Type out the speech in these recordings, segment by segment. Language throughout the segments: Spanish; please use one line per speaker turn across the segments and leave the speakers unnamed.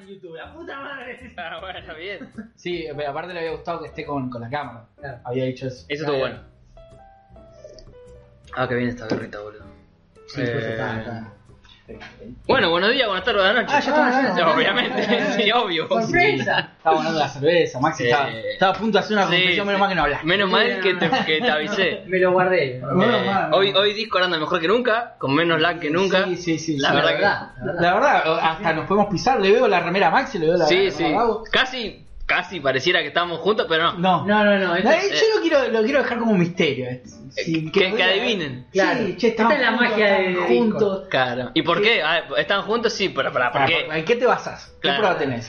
en YouTube. ¡La puta madre!
Ah, bueno, bien.
Sí, pero aparte le había gustado que esté con, con la cámara.
Claro.
Había dicho eso.
Eso estuvo bueno. Ah, qué bien esta guerrita, boludo.
Sí,
Eh,
pues está, está.
Bueno, buenos días, buenas tardes, buenas noches.
Ah, ya está, ya está.
Obviamente,
Ah, ya,
sí,
ya.
obvio.
¡Sorpresa!
Estaba hablando de la cerveza, Maxi
Eh,
estaba, estaba a punto de hacer una
sí,
confesión, menos
sí.
mal que no hablaste.
Menos mal que te, que te avisé.
Me lo guardé.
Menos
Eh,
mal,
hoy,
menos mal.
hoy Discord anda mejor que nunca, con menos lag que nunca.
Sí, sí, sí.
La
La
sí.
verdad que-
verdad, la verdad.
La verdad, hasta nos podemos pisar, le veo la remera a Maxi, le veo la
Sí,
remera
sí.
a Gabo.
Casi, casi pareciera que estamos juntos, pero no.
No.
No, no, no. esto-
No, eh, yo lo quiero, lo quiero dejar como un misterio. eh. Sin
Eh, que, que adivinen.
Claro.
Sí, che,
Esta
estamos
es la
juntos,
magia de
estamos
juntos.
juntos.
Claro. ¿Y por qué? Ah, ¿Están juntos? Sí, pero para, ¿por
Pará,
qué?
¿En qué te basas? ¿Qué
Claro.
prueba tenés?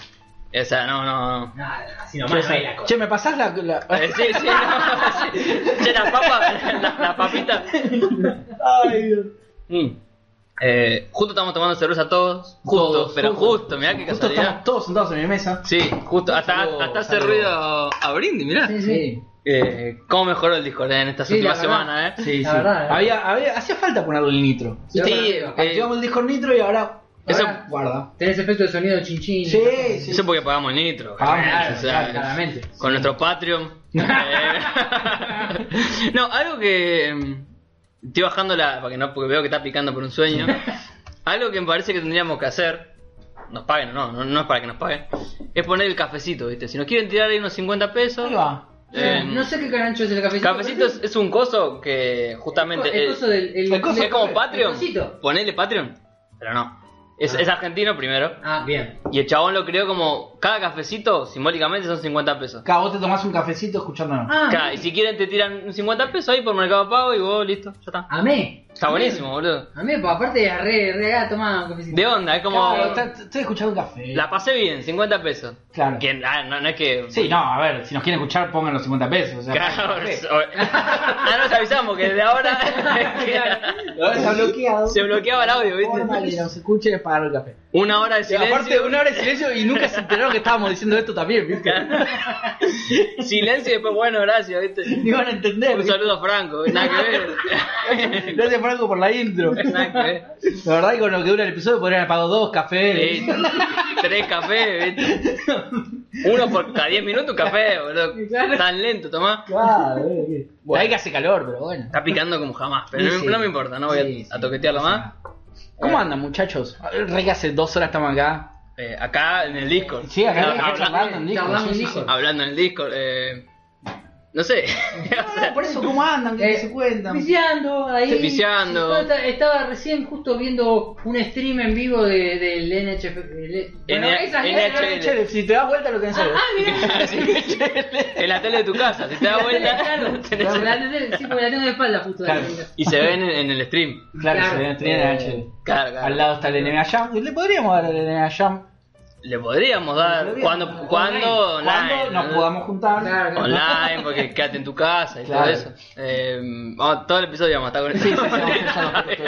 O sea, no, no, no.
Nada, así nomás no hay la cosa.
Che, ¿me pasás la...? la-
Eh, sí, sí, no. sí. Che, la papa, la, la papita.
Ay, Dios.
Mm. Eh, justo estamos tomando cerveza todos. Justo,
Todos,
pero
justo.
justo, mirá qué
Justo
casualidad.
estamos todos sentados en mi mesa.
Sí, justo. Hasta,
Saludos,
hasta hace
saludos.
ruido a brindis, mirá.
Sí, sí.
Eh, ¿Cómo mejoró el Discord eh, en estas
Sí,
últimas
la verdad.
semanas, eh?
Sí,
La
sí.
verdad, eh.
Había, había, hacía falta ponerle el nitro.
Sí,
Sí,
bueno,
eh,
Activamos el disco nitro y ahora...
Eso-
ahora guarda.
Tenés efecto de sonido chin chin.
Sí, sí.
eso porque pagamos el nitro.
Pagamos,
Claro, o sea,
claro,
claramente.
Con nuestro Patreon. Eh, no, algo que. mm, Estoy bajando la. Porque, no, porque veo que está picando por un sueño. Algo que me parece que tendríamos que hacer. Nos paguen o no, no, no es para que nos paguen. Es poner el cafecito, ¿viste? Si nos quieren tirar ahí unos 50 pesos.
Ahí va.
eh,
no sé qué carancho es el cafecito.
Cafecito es, es un coso que justamente.
El,
eh,
coso del. El,
el coso
es como
el
Patreon.
cosito.
Ponele Patreon. Pero no. Es,
Ah.
es argentino primero.
Ah, bien.
Y el chabón lo creó como. Cada cafecito simbólicamente son 50 pesos.
Acá vos te tomás un cafecito escuchándonos.
Ah,
Claro, y si quieren te tiran un 50 pesos ahí por Mercado Pago y vos listo, ya está.
amé.
Está buenísimo, boludo.
Amé, pues aparte es re, re gato, toma un cafecito.
De onda, es como...
Claro, está- estoy escuchando un café.
La pasé bien, 50 pesos.
Claro.
Que, ah, no, no es que...
Sí, no, a ver, si nos quieren escuchar, pongan los 50 pesos. O sea,
Claro, o- ah, nos avisamos que desde ahora que
Ahora está bloqueado.
se bloqueaba el audio,
Forma que
¿viste?
nos escuchen es pagar el café.
Una hora de silencio.
Aparte, una hora de silencio y nunca se enteraron que estábamos diciendo esto también, ¿viste?
Silencio y después, bueno, gracias, ¿viste?
Ni van a entender.
Un saludo a Franco, nada que ver.
Gracias, Franco, por la intro.
nada que ver.
La verdad, que con lo que dura el episodio, podrían haber pagado dos cafés.
Sí, tres cafés, ¿viste? Uno por cada 10 minutos un café, boludo.
Claro.
Tan lento, tomá.
Claro, eh, que-
Bueno.
Ahí que hace calor, pero bueno.
Está picando como jamás, pero
Sí,
no,
sí.
no me importa, no voy a-
Sí,
a,
sí.
toquetearla más.
¿Cómo andan, muchachos? Re que hace dos horas estamos acá.
Eh, acá en el Discord.
Sí, acá
No,
en el
habla-
Discord. Hablando en Discord,
Charlando en
sí, sí,
Discord.
hablando en el Discord, eh, no sé. O sea,
Ah, por eso, ¿cómo andan? ¿Qué
Eh,
se cuentan?
Viciando ahí.
Viciando.
Sí, Estaba, estaba recién justo viendo un stream en vivo de, del NHF. el- bueno,
N-
esas
NHF.
cosas-
Che, si te das vuelta, lo tenés
Ah,
ahí.
ah, mirá.
en la tele de tu casa, si te da
Claro,
vuelta. tenés-
la tenés- sí, porque la tengo de espalda justo.
Claro.
y se ven en, en el stream.
Claro,
Claro.
se tiene el H.
Claro, Eh, claro.
Al lado está el NBA Jam. Le podríamos dar al NBA Jam
Le podríamos dar
Le podríamos
cuando,
dar
cuando online.
cuando nos
¿no?
podamos juntar.
Claro, claro.
Online, porque quédate en tu casa y todo
Claro.
eso. Eh, vamos, todo el episodio vamos a estar con
Sí, sí, sí,
esto.
vamos a pensar todo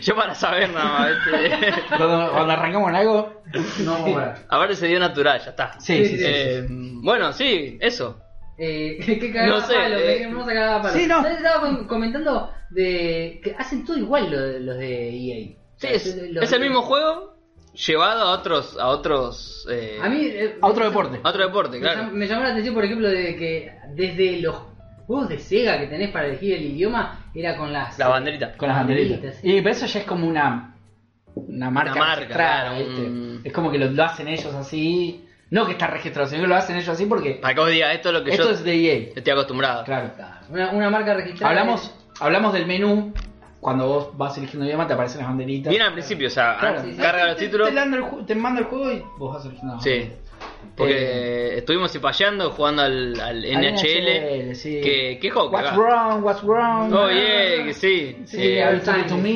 Yo para saber nada más. ¿viste?
Cuando, cuando arrancamos en algo.
No, bueno.
Aparte se dio natural, ya está.
Sí, sí, sí. sí.
Eh, bueno, sí, eso.
Eh, qué cagada
No sé,
palo,
eh.
qué hermosa cagada palo.
Sí, no.
Entonces estaba com- comentando de que hacen todo igual lo de- los de EA.
Sí,
O sea,
es,
los-
es el mismo juego llevado a otros a otros eh,
A mí eh,
A otro deporte.
a otro deporte,
me, llam-
claro.
me llamó la atención, por ejemplo, de que desde los juegos de Sega que tenés para elegir el idioma era con las
La banderita.
Con las banderitas.
sí.
Y pero eso ya es como una. Una marca.
Una marca,
registrada,
claro,
¿viste?
un-
Es como que lo, lo hacen ellos así. No que está registrado, sino que lo hacen ellos así porque.
Para que vos digas, esto es lo que
Esto
Ah, yo
es de EA.
estoy acostumbrado.
Claro.
Una, una marca registrada.
Hablamos, hablamos del menú. Cuando vos vas eligiendo idioma, te aparecen las banderitas.
Bien al principio, o sea,
Claro.
ah, carga los
Te-
títulos.
Te, manda el ju- te manda el juego y vos vas eligiendo. las
Sí.
banderitas.
Porque
Eh.
estuvimos cipayando jugando al, al NHL.
NHL, sí.
Que, ¿Qué juego?
What's
cagá?
wrong, what's wrong.
Oh, yeah, que sí.
Sí,
Eh,
I'll send it to me.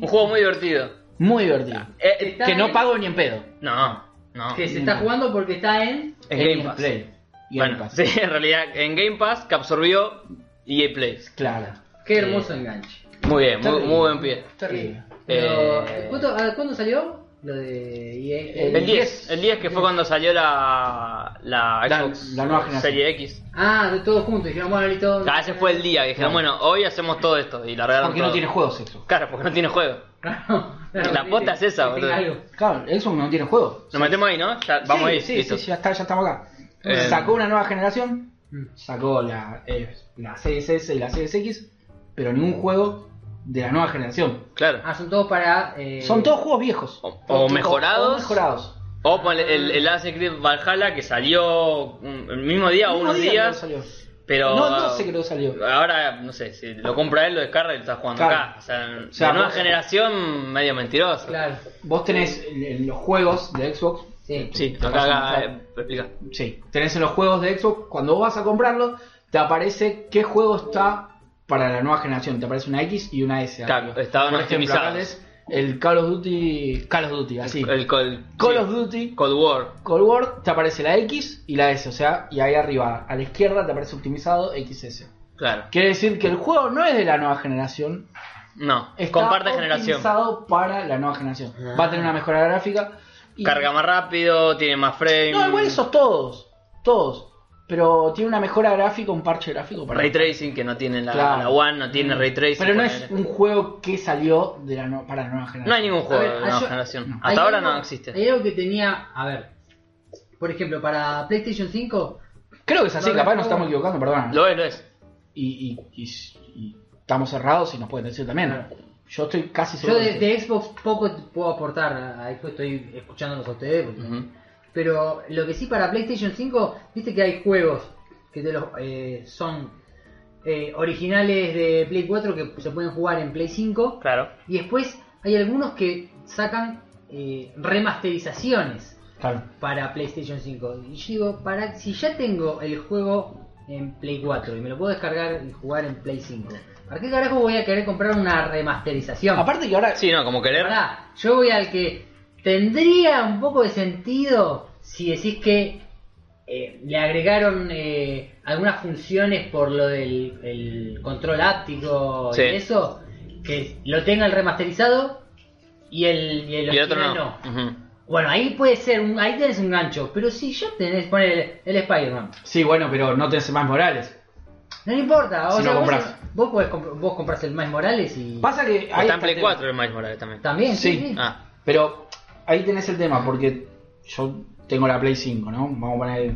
un juego muy divertido.
Muy divertido.
Eh, eh,
Está
Que no
en-
pago ni en pedo.
no, no.
Que se está jugando porque está en.
En
En
Game Pass.
Play. Y en
Bueno,
Pass.
sí, en realidad en Game Pass que absorbió EA Play.
Claro.
Qué hermoso enganche.
Muy bien,
Está
muy,
bien.
muy buen pie.
Terrible.
Pero,
Eh.
¿cuánto- a- ¿Cuándo salió? Lo de E EA.
El
El 10,
10.
el 10 que fue cuando salió la, la
La-
Xbox
la nueva generación.
Serie X.
Ah, de todos juntos, dijeron, bueno, listo.
Ah, ese fue el día que dijeron, bueno, hoy hacemos todo esto y largaron
Eh, Porque
todo.
no tiene juegos eso.
Claro, porque no tiene juego.
Claro, claro,
La
que-
pota es esa,
que tenga
boludo.
algo.
Claro, eso no tiene juegos.
Nos metemos ahí, ¿no? Ya, vamos
sí,
ahí,
sí,
listo.
sí, ya, está, ya estamos acá.
Eh,
sacó una nueva generación,
Mm.
sacó la, eh, la Series S y la Series X, pero ningún juego de la nueva generación.
Claro.
Ah, son todos para. eh,
Son todos juegos viejos.
O- o mejorados.
o mejorados.
O ponle el, el Assassin's Creed Valhalla que salió mm, el mismo día o
Mismo
unos
día
días,
creo que salió.
pero
No, no sé creo que salió.
ahora no sé, si lo compra él, lo descarga y lo está jugando
Claro.
acá. O sea,
O sea,
la nueva
vos-
generación medio mentirosa.
Claro.
Vos tenés el- el- los juegos de Xbox.
Sí.
Sí,
Te
acá,
vas a
acá,
mostrar.
eh, explica.
Sí, tenés en los juegos de Xbox, cuando vos vas a comprarlo, te aparece qué juego está para la nueva generación. Te aparece una X y una S.
Claro,
arriba.
estaban
Por ejemplo,
optimizados.
acá tenés El Call of Duty. Call of Duty, así.
El Call,
Call
sí,
of Duty.
Cold War.
Cold War te aparece la X y la S, o sea, y ahí arriba, a la izquierda te aparece optimizado XS.
Claro.
Quiere decir que el juego no es de la nueva generación,
No,
está
comparte generación.
optimizado para la nueva generación. Va a tener una mejora gráfica. y-
Carga más rápido, tiene más frame.
No, igual esos todos, todos. Pero tiene una mejora gráfica, un parche gráfico para
Ray tracing que no tiene la,
Claro.
la One, no tiene ray tracing.
Pero no
ponele.
es un juego que salió de la no- para la nueva generación.
No hay ningún
A
juego
ver,
de nueva
yo-
generación.
no.
Hasta
Hay
ahora
algo-
no existe.
Hay algo que tenía. A ver. Por ejemplo, para PlayStation 5.
Creo que es así,
No, no,
capaz
no.
nos estamos equivocando, perdón.
Lo es, lo es.
Y, y- y- y estamos cerrados y nos pueden decir también.
Claro.
Yo estoy casi
Yo
seguro.
de,
que sí.
de Xbox poco puedo aportar. A Xbox estoy escuchándolos a ustedes. porque-
Ujú.
Pero lo que sí para PlayStation 5, viste que hay juegos que te los, eh, son eh, originales de Play 4 que se pueden jugar en Play 5.
Claro.
Y después hay algunos que sacan eh, remasterizaciones
Claro.
para PlayStation 5. Y yo digo, para, si ya tengo el juego en Play 4 y me lo puedo descargar y jugar en Play 5, ¿para qué carajo voy a querer comprar una remasterización?
Aparte que ahora
Sí, no, como querer.
Pará, yo voy al que tendría un poco de sentido si decís que eh, le agregaron eh, algunas funciones por lo del el control áptico
Sí.
y eso, que lo tenga el remasterizado y el, y el
Y el otro no.
original no.
Ujú.
Bueno, ahí puede ser, un, ahí tenés un gancho, pero si ya tenés, poner el, el Spider-Man.
Sí, bueno, pero no tenés más Morales.
No le importa, o
Si
sea,
lo
vos,
compras.
vos, podés comp- vos compras el Miles Morales y...
Pasa que ahí
Está en
el
Play
tema.
4 el Miles Morales también.
También, sí.
Sí.
sí.
Ah,
Pero ahí tenés el tema, porque yo tengo la Play 5, ¿no? Vamos a poner.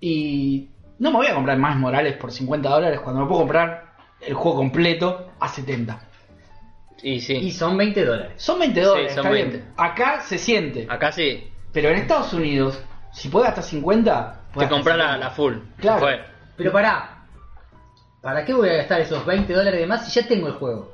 Y no me voy a comprar más Morales por 50 dólares cuando me puedo comprar el juego completo a 70.
y
Y
sí.
son 20 dólares.
Son 20 dólares,
Sí, son Ah.
está
20.
bien. Acá se siente.
Acá sí.
Pero en Estados Unidos, si puedes hasta 50,
Te
puedes
compras la, la full.
Claro.
Fue.
Pero pará, ¿para qué voy a gastar esos 20 dólares de más si ya tengo el juego?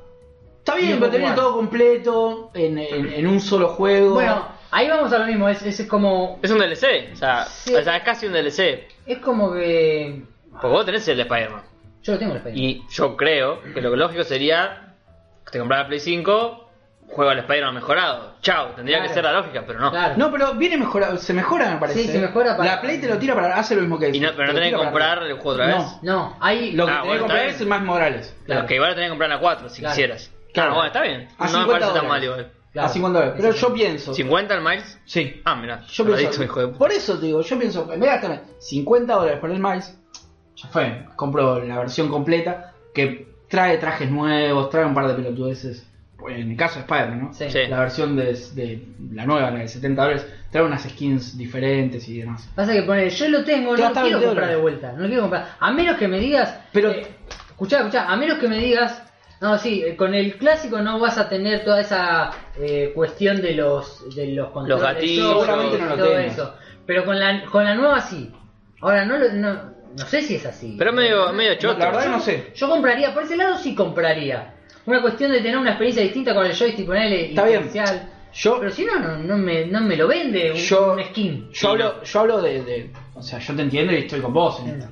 Está bien,
Bien
pero tenés
jugar.
todo completo en, en- en un solo juego.
Bueno, ahí vamos a lo mismo, es, es como.
Es un DLC. O sea,
Sí.
o sea, es casi un DLC.
Es como que.
Porque vos tenés el de Spider-Man.
Yo lo tengo el Spider-Man.
Y yo creo que lo lógico sería que te compras la Play 5, juego al Spider-Man mejorado. Chao. Tendría que
Claro.
ser la lógica, pero no.
Claro.
No, pero viene mejorado, se mejora, me parece. ¿eh?
Sí, se mejora para-
La Play te lo tira para. Hace lo mismo que
Y no- pero no tenés que comprar el juego otra vez.
No.
No, ahí.
Lo que
Ah,
tenés
bueno,
que comprar
está
es el más Morales.
Claro.
Que igual tenés que comprar la 4 si
Claro.
quisieras.
Claro.
Ah, bueno, está bien.
A
no me
50
parece tan
dólares.
mal igual.
Claro.
A 50 dólares. Pero yo pienso.
50 al Miles.
Sí.
Ah, mirá.
Yo
lo he
pienso.
dicho, hijo de puta.
por eso te digo, yo pienso, me gastan 50 dólares por el Miles. Ya fue, compro la versión completa que trae trajes nuevos, trae un par de pelotudeces. pues, En el caso de Spider-Man, ¿no?
Sí.
Sí.
La versión de, de la nueva, la de 70 dólares, trae unas skins diferentes y demás.
Pasa que poner, yo lo tengo,
Te
no
gasta
lo quiero
20
comprar de
dólares.
vuelta. No lo quiero comprar. A menos que me digas.
Pero-
Eh, escuchá, escuchá, a menos que me digas. No, sí, eh, con el clásico no vas a tener toda esa eh, cuestión de los de los controles de
gatillos,
joystick
Seguramente no lo
y todo
tengas.
eso. Pero con la con la nueva sí. Ahora no lo- no, no sé si es así.
Pero es medio, medio
No,
choto.
la verdad que no sé.
Yo compraría, por ese lado sí compraría. Una cuestión de tener una experiencia distinta con el joystick, ponerle
Está bien.
diferencial.
Yo,
Pero si no, no, no me, no me lo vende un,
Yo-
un skin.
yo hablo, yo hablo de, de- O sea, yo te entiendo y estoy con vos. en esto.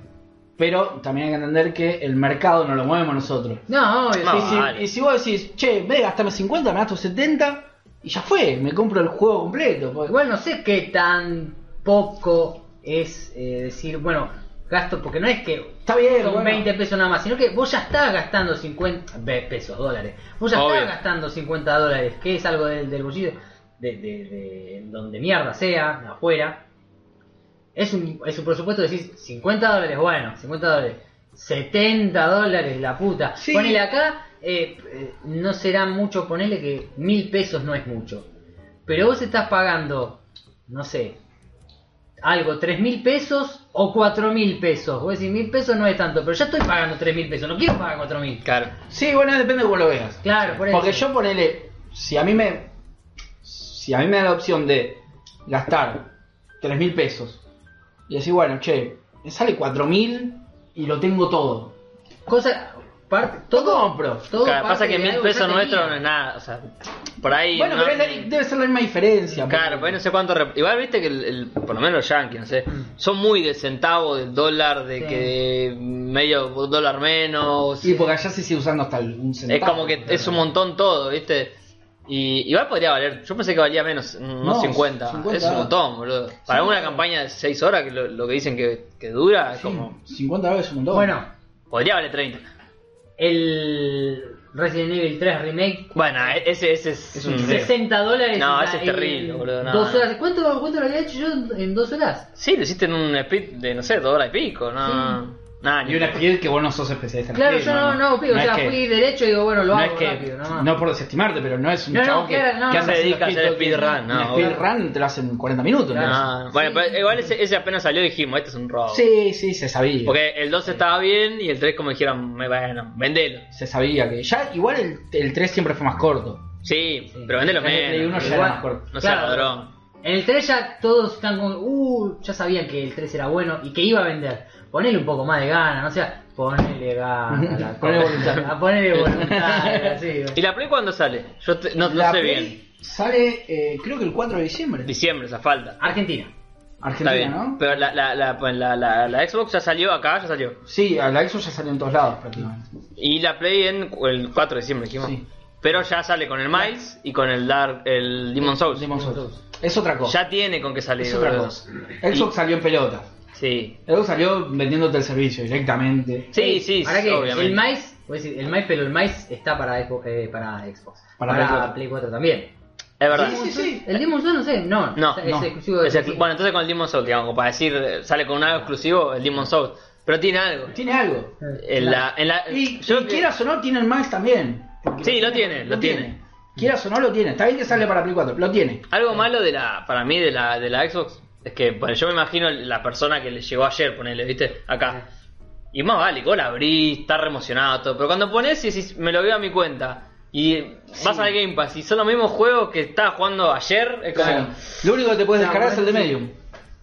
Pero también hay que entender que el mercado no lo movemos nosotros.
No, obvio,
No,
sí,
Y si,
Vale.
y si vos decís, che, en vez de gastarme 50, me gasto 70 y ya fue, me compro el juego completo.
sí.
porque-
Igual no sé qué tan poco es eh, decir, bueno, gasto, porque no es que
está bien,
son
bueno.
20 pesos nada más, sino que vos ya estás gastando 50 ve- pesos, dólares. Vos ya
Obvio.
estás gastando 50 dólares, que es algo del, del bolsillo. de, de- de donde mierda sea, de afuera, es un, es un presupuesto de decir 50 dólares, bueno, 50 dólares, 70 dólares, la puta.
Sí.
Ponele acá, eh, eh, no será mucho, ponele que mil pesos no es mucho. Pero vos estás pagando, no sé, algo, tres mil pesos o cuatro mil pesos. Vos decís, mil pesos no es tanto, pero ya estoy pagando tres mil pesos, no quiero pagar cuatro mil.
Claro.
Sí, bueno, depende de cómo lo veas.
Claro, por eso.
Porque yo ponele, si a mí me si a mí me da la opción de gastar 3 mil pesos y decir, bueno, che, me sale 4 mil y lo tengo todo.
Cosa, parte,
Lo
todo,
compro.
todo
Claro,
parte
pasa
de
que mil
algo ya
pesos
tenía.
nuestros no es nada, o sea, por ahí.
bueno,
no-
pero es la- debe ser la misma diferencia.
Claro, pues
porque-
no sé cuánto. rep- Igual viste que, el, el- por lo menos los yankees, no sé,
Mm.
son muy de centavo, del dólar, de
Sí.
que medio dólar menos.
Y porque allá se sigue usando hasta un
es
centavo.
como que es un montón todo, viste. Y igual podría valer, yo pensé que valía menos, no,
No,
50.
50.
Es un montón, boludo. Para una campaña de 6 horas, que lo, lo que dicen que, que dura, es
Sí,
como.
50 dólares es un montón.
Bueno,
Podría valer 30.
el Resident Evil 3 Remake,
Bueno, e- ese, ese es,
Es un
un-
60 dólares.
No,
en-
ese es terrible,
en
boludo, no,
Dos
no.
horas. ¿Cuánto, ¿Cuánto lo había hecho yo en dos horas?
Sí, lo hiciste en un speed de, no sé, dos horas y pico, no. Nada, ni-
Y una piel que vos no sos especialista en
Claro,
speed,
yo no, no, pibe, o
es
sea,
que-
fui derecho y digo, bueno, lo
no
hago
es que,
rápido, nada más.
no por desestimarte, pero no es un
No, no,
chavo que,
claro, no,
que
no.
anda
Se dedica a
haciendo
hacer speedrun, no,
un speedrun te lo hacen en 40 minutos. ¿no?
No, no. Bueno, pero igual ese, ese apenas salió y dijimos, este es un robo.
Sí, sí, se sabía.
Porque el 2 estaba bien y el 3 como dijeron, me- bueno, vendelo.
Se sabía que ya, igual el, el 3 siempre fue más corto.
Sí,
Sí.
pero vendelo
El Play uno
menos.
ya
Igual.
era más corto.
No sea
Claro.
ladrón.
En el 3 ya todos están con. Uh, ya sabían que el 3 era bueno y que iba a vender. Ponele un poco más de gana, no O sea, ponele gana. a la
Ponele
cosa.
voluntad.
A ponele voluntad, así.
¿Y la Play cuándo sale? Yo te- no, no
La
sé
Play
bien.
Sale, eh, creo que el 4 de diciembre.
Diciembre, esa falta.
Argentina.
Está
Argentina,
bien.
¿no?
Pero la, la, la, la, la- la Xbox ya salió acá, ya salió.
Sí, a la Xbox ya salió en todos lados prácticamente.
Y la Play en el 4 de diciembre, dijimos.
Sí.
Pero ya sale con el Miles y con el Dark, el Demon Souls.
Demon's Souls. Es otra cosa.
Ya tiene con qué salir.
es otra
boludo.
cosa. Xbox salió en pelota.
Sí.
Xbox salió vendiéndote el servicio directamente.
Sí, sí,
Ahora que
obviamente.
el maíz, voy a decir, el maíz, pero el maíz está para, Expo- eh, para Xbox.
Para
Para,
Play cuatro.
Play 4 también.
Es verdad.
Sí, sí, sí.
El Demon's Souls no sé, no.
No,
es
no.
exclusivo de
Es exclu-
PC.
bueno, entonces con el Demon Souls, digamos, como para decir, eh, sale con un algo exclusivo, el Demon Souls. Pero tiene algo.
Tiene algo.
Eh,
En la, en la-
Y,
Eh, yo
y
que-
quieras o no, tiene el Miles también. Porque
Sí, lo tiene, lo tiene.
Quieras o no, lo tiene. Está bien que sale para Play 4, lo tiene.
Algo malo de la, para mí de la, de la Xbox es que, bueno, yo me imagino la persona que le llegó ayer, ponele, viste, acá. Y más vale, vos la abrís, está re emocionado, todo. Pero cuando pones y decís, me lo veo a mi cuenta. Y vas al Game Pass y son los mismos juegos que estabas jugando ayer. Es como,
Claro. Lo único que te puedes
No,
descargar es el de
bueno,
Medium.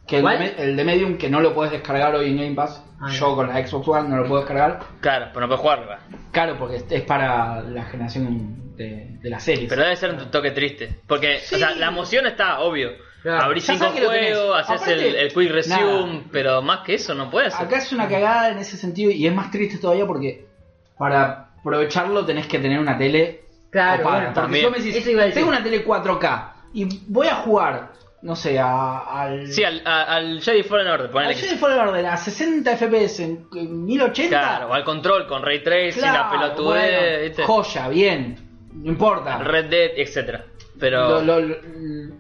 Que el de,
¿Cuál?
Me- el de Medium que no lo puedes descargar hoy en Game Pass.
Ah,
Yo con la Xbox One no lo puedo descargar.
claro, pero no puedes jugarlo. va.
Claro, porque es- es para la generación de, de las series.
Pero debe ser un toque triste. Porque, o sea, la emoción está, obvio.
Claro.
Abrís
Ya
cinco
sabes que lo tenés.
juegos, haces
Aparte,
el, el quick resume,
nada.
pero más que eso no puedes hacer.
Acá es una cagada en ese sentido y es más triste todavía porque para aprovecharlo tenés que tener una tele
Claro,
copada.
bueno,
Porque
también.
yo me decís,
Eso iba a decir.
tengo una tele 4K y voy a jugar, no sé, a- al...
Sí, al, a- al Jedi Fallen Order,
al
ponele que
Jedi Fallen Order a 60 FPS en, en 1080.
Claro, o al control con Ray Tracing, la
Claro,
pelotudez,
bueno,
¿viste?
Joya, bien. No importa.
Red Dead, etcétera. Pero
Lo- lo- lo-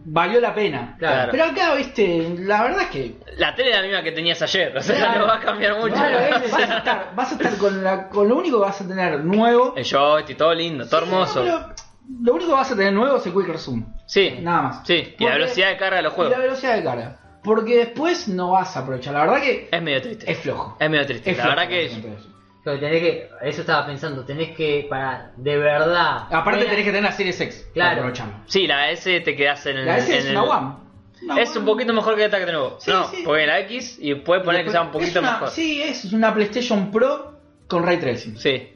valió la pena.
Claro.
Pero acá, viste, la verdad es que.
la tele es la misma que tenías ayer, o sea,
Claro.
no va a cambiar mucho.
Claro, es- vas, a estar, vas a estar con, la- con lo único que vas a tener nuevo.
El joystick, todo lindo, todo hermoso.
No, pero lo único que vas a tener nuevo es el Quick Resume.
Sí,
Nada más.
Sí, y la
Porque-
velocidad de carga de los
Y la
juegos.
velocidad de carga. Porque después no vas a aprovechar. La verdad que
Es medio triste.
es flojo.
Es medio triste.
Es
la
flojo,
verdad que
siempre eso.
Pero tenés que, eso estaba pensando, tenés que, para, de verdad.
Aparte,
Buena-
tenés que tener la serie X para
Claro.
aprovecharlo.
sí, la S te quedas en el.
La S
en
es
el-
una WAM. Una
Es
WAM.
un poquito mejor que esta que tenemos.
Sí,
no,
sí.
porque la X y puedes poner que sea un
Es
poquito
una-
mejor.
Sí, es, es una PlayStation Pro con Ray Tracing.
Sí.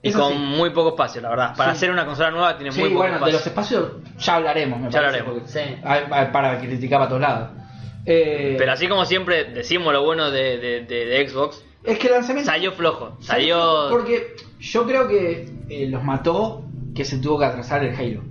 Y
Eso
con
sí.
muy poco espacio, la verdad. Para
Sí.
hacer una consola nueva tiene
Sí,
muy poco
bueno, de
espacio.
los espacios ya hablaremos, me
Ya
parece,
hablaremos.
porque
Sí.
hay- hay para criticar para todos lados. Eh,
Pero así como siempre decimos lo bueno de, de- de- de Xbox,
es que el lanzamiento.
salió flojo. Salió.
Porque yo creo que eh, los mató que se tuvo que atrasar el Halo.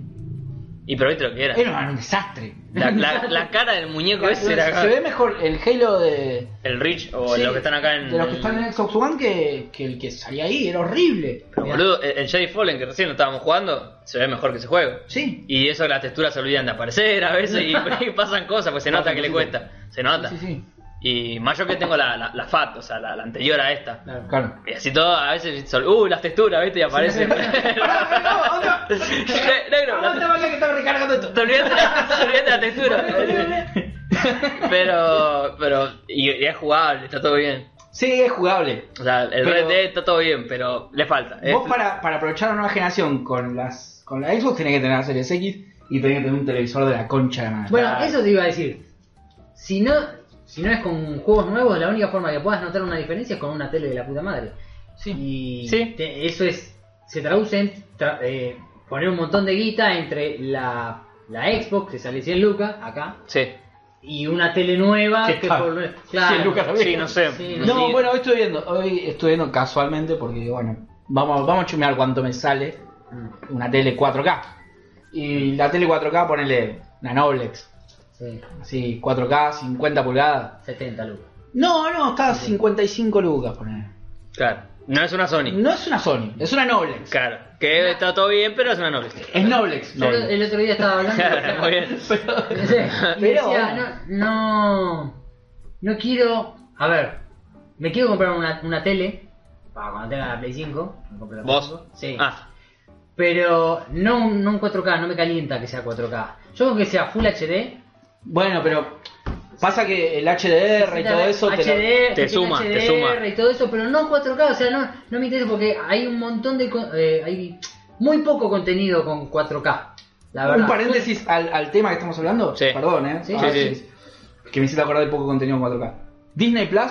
Y pero viste lo que era.
Era un desastre.
La, la- la cara del muñeco ese
Se
era
ve mejor el Halo de.
el Rich o
Sí,
los que están acá en.
De los que están en Xbox One que, que el que salía ahí, era horrible.
Pero boludo, el, el Jedi Fallen que recién lo estábamos jugando, se ve mejor que ese juego.
Sí.
Y eso las texturas se olvidan de aparecer a veces y, y pasan cosas, pues se nota
Pasan
que le
cositas.
cuesta. Se nota.
Sí, sí.
Y más yo que tengo la, la, la FAT, o sea, la, la anterior a esta.
Claro.
Claro.
Y así todo, a veces, se ol- uh, las texturas, viste, y aparece.
¡Pará, no,
Ne- negro, la-
¡Aguanta, acá que estaba recargando esto!
te olvidaste, te olvidaste la textura. pero, pero, y, y es jugable, está todo bien.
Sí, es jugable.
O sea, el
Pero-
Red Dead está todo bien, pero le falta. Es-
Vos para, para aprovechar una nueva generación con las con la Xbox tenés que tener la Series X y tenés que tener un televisor de la concha de la madre.
Bueno,
Claro.
eso te iba a decir. Si no, si no es con juegos nuevos, la única forma que puedas notar una diferencia es con una tele de la puta madre.
sí.
Y
Sí.
te- eso es. Se traduce en tra- eh, poner un montón de guita entre la, la Xbox, que sale 100 lucas, acá,
Sí.
y una tele nueva,
Que
que
está-
por-
100 lucas.
Sí, no sé.
Sí,
no
No,
sé.
bueno, hoy estoy viendo, hoy estoy viendo casualmente porque bueno, vamos, vamos a chumear cuánto me sale
Mm,
una tele 4K. Y la tele 4K ponele una Noblex,
sí,
así 4K, 50 pulgadas.
70 lucas.
No, no, está a 55 lucas ponele.
Claro. No es una Sony.
No es una Sony, es una Noblex.
Claro. Que está todo bien, pero es una Noblex.
Es Noblex.
Yo el otro día estaba hablando.
Claro, muy bien.
Y decía,
Pero
no, no, no quiero. A ver, me quiero comprar una, una tele. Para cuando tenga la Play 5. me compro la Play
¿Vos?
5. Sí.
Ah,
Pero no, un- no un 4K, no me calienta que sea 4K. Yo creo que sea Full HD.
Bueno, pero pasa que el HDR y todo eso
HD,
te lo-
Te
que tiene
suma, te
HDR
suma.
Y todo eso, pero no 4K. O sea, no, no me interesa porque hay un montón de. co- eh, hay muy poco contenido con 4K. La verdad.
Un paréntesis al, al tema que estamos hablando.
Sí.
Perdón, ¿eh?
Sí,
Ah,
sí,
sí. Que me hiciste acordar de poco contenido en 4K. Disney Plus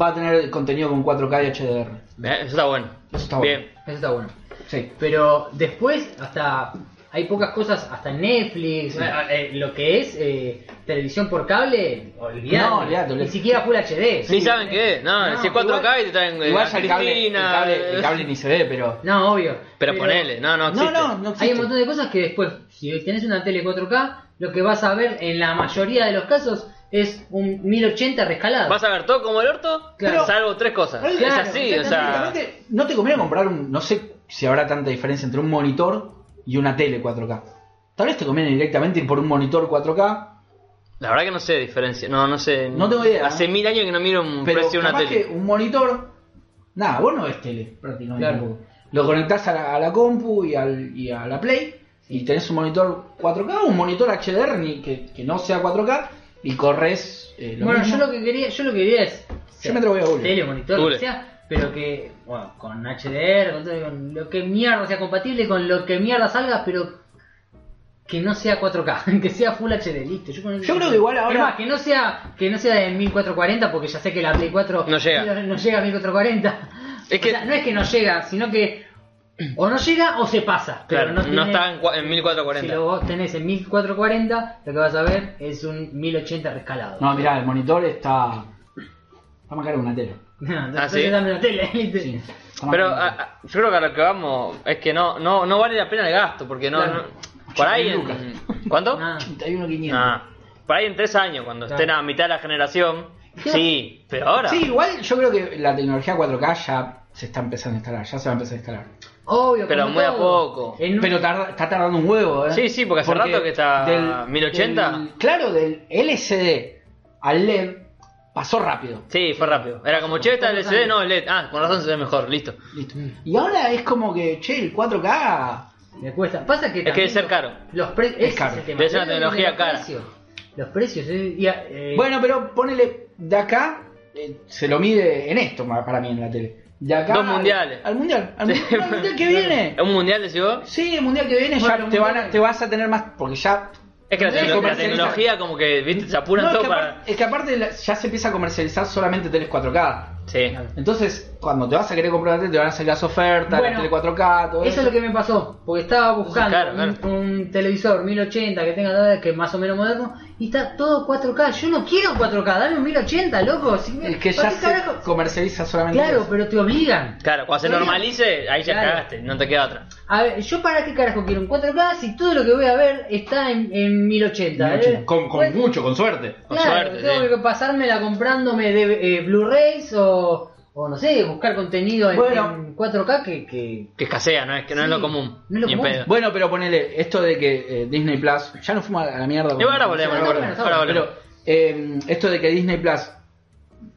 va a tener contenido con 4K y HDR.
eh, eso está bueno.
Eso está bueno.
Bien.
Eso está bueno.
Sí.
Pero después, hasta hay pocas cosas, hasta Netflix, eh, eh, lo que es eh, televisión por cable, olvidate.
No, olvidate,
Ni
olvidate.
siquiera Full HD.
Ni saben qué es. No,
No,
si es 4K
igual-
y te traen eh,
Igual
a
ya el cable, el,
Cristina,
cable, el
eh,
cable ni se ve, pero.
No, obvio.
Pero ponele, no, no,
No,
existe.
no, no
Hay
existe.
un montón de cosas que después, si tenés una tele 4K, lo que vas a ver en la mayoría de los casos es un 1080 rescalado.
Vas a ver todo como el orto,
Claro.
salvo tres cosas.
Claro,
es así, o sea.
Prácticamente, No te conviene comprar un. No sé si habrá tanta diferencia entre un monitor y una tele 4K. Tal vez te conviene directamente ir por un monitor 4K
La verdad que no sé diferencia. No, no sé.
No tengo idea.
Hace mil años que no miro un
Pero
precio de una
capaz
tele.
que un monitor, nada, vos no ves tele prácticamente
Claro.
tampoco. Lo conectás a la, a la compu y, al, y a la Play y tenés un monitor 4K, un monitor HDR ni, que, que no sea 4K y corres eh, lo
bueno,
mismo.
yo lo que quería, yo lo que quería es
me atrevo a ir a Google.
tele, monitor, lo
Google.
que sea, pero que bueno, con HDR, con, todo, con lo que mierda sea compatible con lo que mierda salga, pero que no sea 4K, que sea Full HD, listo. Yo, con-
Yo creo que igual ahora-
Es más, que no sea que no sea en 1440 porque ya sé que la Play 4
No llega.
no, no llega a 1440.
Es
O
que-
sea, no es que no llega, sino que o no llega o se pasa, pero
Claro, no,
tiene-
está en, cua- en 1440.
si lo vos tenés en 1440, lo que vas a ver es un 1080 rescalado.
No, mirá, el monitor está... Está más caro que una tele.
No,
Ah, ¿sí?
entonces dame la tele, ¿viste?
Sí, está más
Pero ah,
caro que
a-
una
a- yo creo que a lo que vamos es que no, no, no vale la pena el gasto, porque no.
Claro.
no- por ahí.
80.000
en- ¿Cuánto?
Nada.
tele. 81.500.
Ah, por ahí en tres años, cuando
Claro.
estén a mitad de la generación.
¿Qué?
Sí, pero ahora.
Sí, igual yo creo que la tecnología 4K ya se está empezando a instalar, ya se va a empezar a instalar.
Obvio,
Pero
como
muy a
todo.
poco.
En un-
Pero tarda- está tardando un huevo, ¿eh?
Sí, sí, porque hace rato que está 1080.
del- claro, del LCD al LED pasó rápido.
Sí, fue rápido. Era como, che, esta
Todos
LCD,
años.
no, LED. Ah, con razón se ve mejor, listo.
Listo. Y ahora es como que, che, el 4K.
le cuesta. Pasa que
Es que debe ser caro.
Los precios
Es caro.
Debe ser una tecnología cara.
Los precios. eh, y, eh,
Bueno, pero ponele de acá, eh, se lo mide en esto ma- para mí en la tele. De acá.
Dos
al-
mundiales.
Al, mundial. Al, mundial, al mundial que viene.
¿Un mundial, decís vos?
Sí, el mundial que viene
Bueno,
ya te, van a-
mundial.
te vas a tener más. Porque ya.
Es que la,
No,
tecno- la
comercializa.
tecnología como que, viste, se
No,
apuran
es,
todo
que apar-
para...
es que aparte la- ya se empieza a comercializar solamente teles 4K.
Sí.
Claro.
Entonces, cuando te vas a querer comprar la tele, te van a hacer las ofertas,
Bueno,
la tele 4K, todo
Eso
eso.
es lo que me pasó, porque estaba buscando
Claro,
un-
claro.
Un, televisor 1080 que tenga nada que más o menos moderno y está todo 4K. Yo no quiero 4K, dame un 1080, loco. si me-
Es que
¿para
ya
qué
se
carajo?
comercializa solamente.
Claro,
eso.
pero te obligan.
Claro, cuando se
Bueno,
normalice, ahí ya
claro.
cagaste, no te queda otra.
A ver, ¿yo para qué carajo quiero un 4K si todo lo que voy a ver está en, en 1080? ¿eh?
Con, con
Bueno,
mucho, con suerte.
Con
claro,
suerte,
tengo
sí.
que pasármela comprándome de eh, Blu-rays o, o no sé, buscar contenido en,
Bueno.
en 4K que... que-
Que escasea, no es que no es
Sí,
lo común.
no es lo
ni en
común.
pedo.
Bueno, pero ponele esto de que eh, Disney Plus. Ya no fuma a la mierda. con-
Y ahora volvemos,
no,
ahora
bueno,
volvemos,
no,
ahora volvemos.
Pero eh, esto de que Disney Plus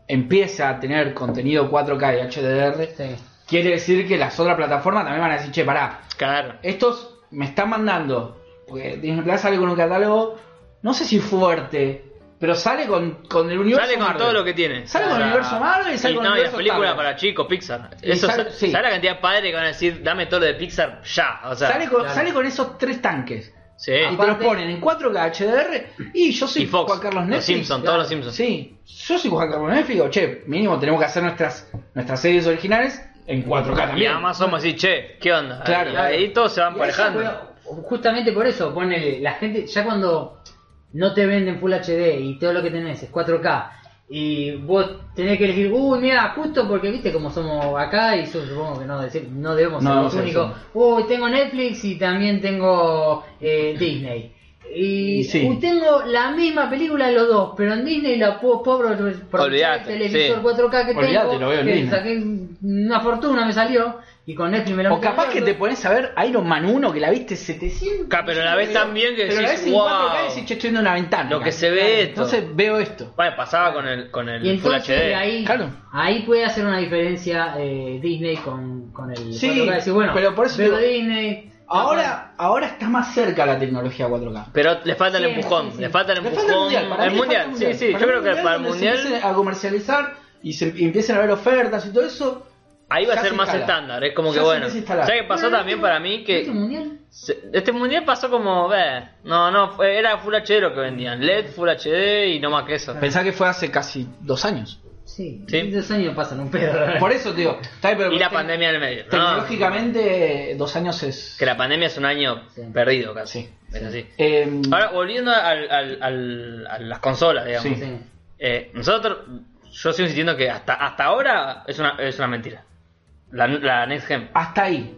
empieza a tener contenido 4K y HDR,
sí.
quiere decir que las otras plataformas también van a decir, che, pará,
Claro.
estos me están mandando. Porque Disney Plus sale con un catálogo, no sé si fuerte, pero sale con, con el universo
Sale con
Marvel.
todo lo que tiene.
Sale con el universo Marvel y sale con el
no, y las
universo
películas
Star Wars.
para chicos, Pixar.
Y
Eso,
sale-
sa-
sí.
¿Sabes la cantidad de padres que van a decir, dame todo lo de Pixar ya? O sea,
sale, con,
claro.
sale con esos tres tanques.
sí.
y te
Aparte-
los ponen en 4K HDR. Y yo soy
Eh, Y Fox,
Juan Carlos
los
Netflix.
Simpson, todos los Simpson.
Sí, yo soy Juan Carlos Netflix. Digo, che, mínimo tenemos que hacer nuestras, nuestras series originales en 4K
Y
también.
además somos así, che, ¿qué onda?
Claro,
y
claro.
ahí todos se van
Y eso,
emparejando.
pero, justamente por eso, ponele, la gente, ya cuando no te venden Full HD y todo lo que tenés es 4K y vos tenés que elegir, uy, mira, justo porque viste como somos acá y yo supongo que no, decir, no debemos
No,
ser los
sí,
únicos, uy, tengo Netflix y también tengo eh, Disney. Y
Y sí.
"Uy, tengo la misma película de los dos, pero en Disney la puedo pobre
Olvidate,
el televisor
sí.
4K que
Olvidate,
tengo,
lo veo en
que
Disney.
saqué una fortuna me salió y con Netflix me la
O capaz que te pones a ver Iron Man 1 que la viste 700.
Ca- pero la ves tan bien que
Pero la
decís,
ves en
"Wow".
4K y decís, che, estoy en una ventana.
Lo que se ve esto.
Entonces veo esto.
Bueno, pasaba con el, con el
Y
Full
entonces
HD.
ahí,
Claro.
ahí puede hacer una diferencia eh, Disney con, con el
Sí,
4K. Decir, bueno,
pero por eso
veo
digo-
Disney.
Ahora, ahora está más cerca la tecnología 4K.
Pero le falta el
Sí,
empujón,
sí, sí.
le falta el
Le
empujón.
falta el mundial. Para mí le falta el mundial.
sí, sí.
Para
yo
mí
creo que para el
donde se
mundial
empiecen a comercializar y se empiecen a ver ofertas y todo eso.
ahí va a
ya
ser
se
más
instala.
estándar. Es como
Ya
que
se
bueno.
empieza a instalar.
¿Sabes qué pasó
Bueno,
también
¿no?
para mí?
¿Viste
Que
el mundial?
se- este mundial pasó como, ve, no, no, fue- era Full HD lo que vendían. LED, Full HD y no más que eso.
Pensá que fue hace casi dos años.
Sí,
Sí.
dos años pasan un pedo. la verdad.
Por eso, tío. está ahí, pero
Y la
te-
pandemia en el medio. ¿no?
Tecnológicamente, dos años es.
Que la pandemia es un año
Sí.
perdido casi.
Sí.
Es así.
Eh,
Ahora, volviendo al- al- al- a las consolas, digamos.
Sí.
Sí.
Eh, nosotros, yo sigo insistiendo que hasta, hasta ahora es una, es una mentira. La, la Next Gen.
hasta ahí.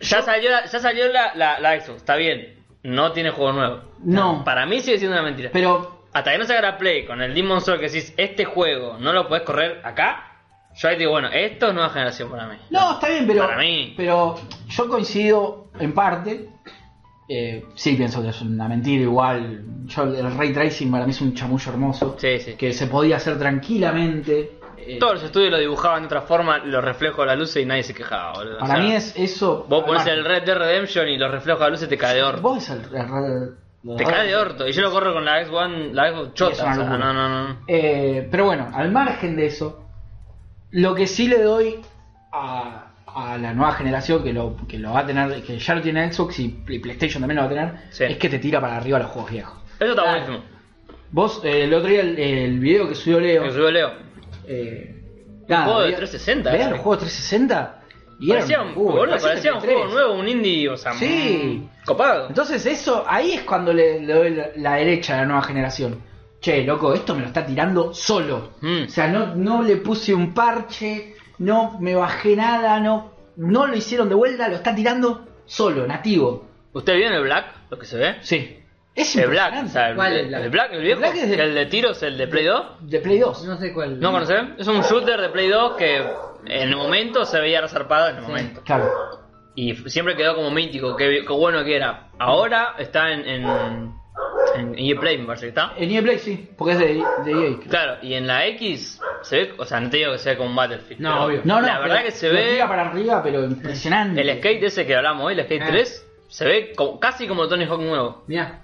Ya salió, la- ya salió la, la, la Xbox, está bien. No tiene juego nuevo.
No.
Para mí sigue siendo una mentira.
Pero
hasta que no salga la Play con el Demon Soul que decís, este juego no lo podés correr acá. Yo ahí digo, bueno, esto es nueva generación para mí.
No, está bien, pero.
Para mí.
Pero yo coincido en parte. Eh, sí, pienso que es una mentira igual. Yo, el ray tracing para mí es un chamullo hermoso.
Sí, sí.
Que se podía hacer tranquilamente. Eh,
Todos los estudios lo dibujaban de otra forma, los reflejos de la luz y nadie se quejaba, boludo. O
para
sea,
mí es eso.
Vos ponés el
además,
Red Dead Redemption y los reflejos de la luz se te cae de orto.
Vos es el, el Red- el
Te
Red-
cae de orto. Y yo lo corro con la Xbox One, la Xbox Chota.
es una
o sea,
locura.
no, no, no.
Eh, pero bueno, al margen de eso, lo que sí le doy a, a la nueva generación que lo, que lo va a tener, que ya lo tiene Xbox y Play- PlayStation también lo va a tener,
Sí.
es que te tira para arriba los juegos viejos.
Eso está
Claro.
buenísimo.
Vos, eh, el otro día, el, el video que subió Leo.
Que subió Leo.
eh,
juego de
veía-
360,
veía
eh.
los juegos 360 y era
Parecía, un- boludo, parecía un juego
3.
nuevo, un indie, o sea,
Sí.
mm, copado.
Entonces, eso, ahí es cuando le, le doy la, la derecha a la nueva generación. Che, loco, esto me lo está tirando solo.
Mm.
O sea, no, no le puse un parche, no me bajé nada, no, no lo hicieron de vuelta, lo está tirando solo, nativo.
Mm. ¿Usted vieron el Black? Lo que se ve.
Sí. Es
El Black, o sea, el,
¿Cuál es
el
Black?
Black? el viejo,
Black es de-
el de tiros, el de Play 2.
De Play 2.
No sé cuál.
¿No conocen? Es un shooter de Play 2 que en el momento se veía resarpado en el momento.
Claro.
Y f- siempre quedó como mítico, qué, qué bueno que era. Ahora está en, en, en EA Play, me parece que está.
En EA Play sí, porque es de, de EA. creo.
Claro, y en la X se ve, o sea, no te digo que sea como un Battlefield.
No,
pero
obvio.
No, no,
la verdad
pero
que se
lo
ve
tira para arriba, pero impresionante.
el skate ese que hablamos hoy, el skate
Ah.
3, se ve co- casi como Tony Hawk nuevo.
Mirá.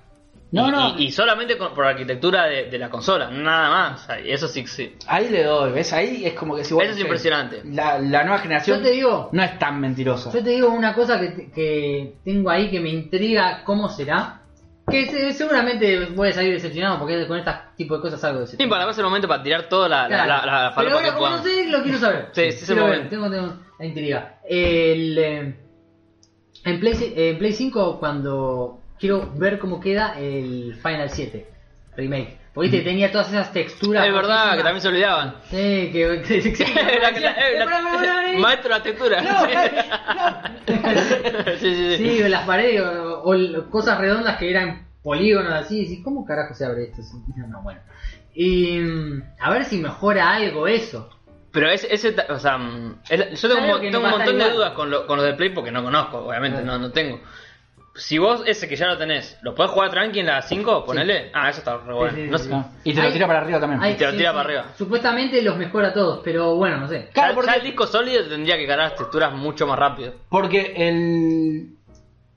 No,
Y-
no.
Y, y solamente con- por arquitectura de, de la consola, nada más. O sea, y eso sí, sí.
Ahí le doy, ¿ves? Ahí es como que si vos-
Eso es impresionante.
La, la nueva
Yo
generación
te digo,
no es tan mentirosa.
yo te digo una cosa que, te- que tengo ahí que me intriga cómo será. Que se- seguramente voy a salir decepcionado porque con este tipo de cosas salgo
Y para
decepcionado.
más el momento para tirar toda la, la,
Claro.
la, la
Pero
falopa
ahora,
que
como no
podamos.
sé, lo quiero saber.
Sí, es ese
Quiero ver,
momento.
Tengo, tengo la intriga. El, eh, en, Play, ci- en Play 5, cuando quiero ver cómo queda el Final 7 Remake. Porque viste, tenía todas esas texturas.
Es verdad, que
rotísimas.
también se olvidaban.
Sí, que. que- que- que-
La- la-
Eh,
la-
pará, pará, pará, eh.
Maestro de la textura.
No,
Sí. sí, sí, sí.
Sí, las paredes o, o l- cosas redondas que eran polígonos así. decís, ¿Cómo carajo se abre esto? No, bueno. Y mm, a ver si mejora algo eso.
Pero ese, ese ta- o sea, mm, el- yo tengo, un
Claro
mo-
que no
tengo
va
un
a estar
montón de
igual.
dudas con, lo- con los de Play porque no conozco,
Ah.
obviamente,
Claro.
no, no tengo. Si vos ese que ya lo tenés, ¿lo podés jugar tranqui en la 5? Ponele. Ah, eso está re bueno.
Sí, sí,
No
sí.
sé.
Ah, Y te lo
Hay-
tira para arriba también.
Ay,
Y te lo tira para arriba.
Supuestamente los mejora a todos, pero bueno, no sé.
Claro,
ya,
porque-
ya el disco sólido tendría que cargar las texturas mucho más rápido.
Porque el.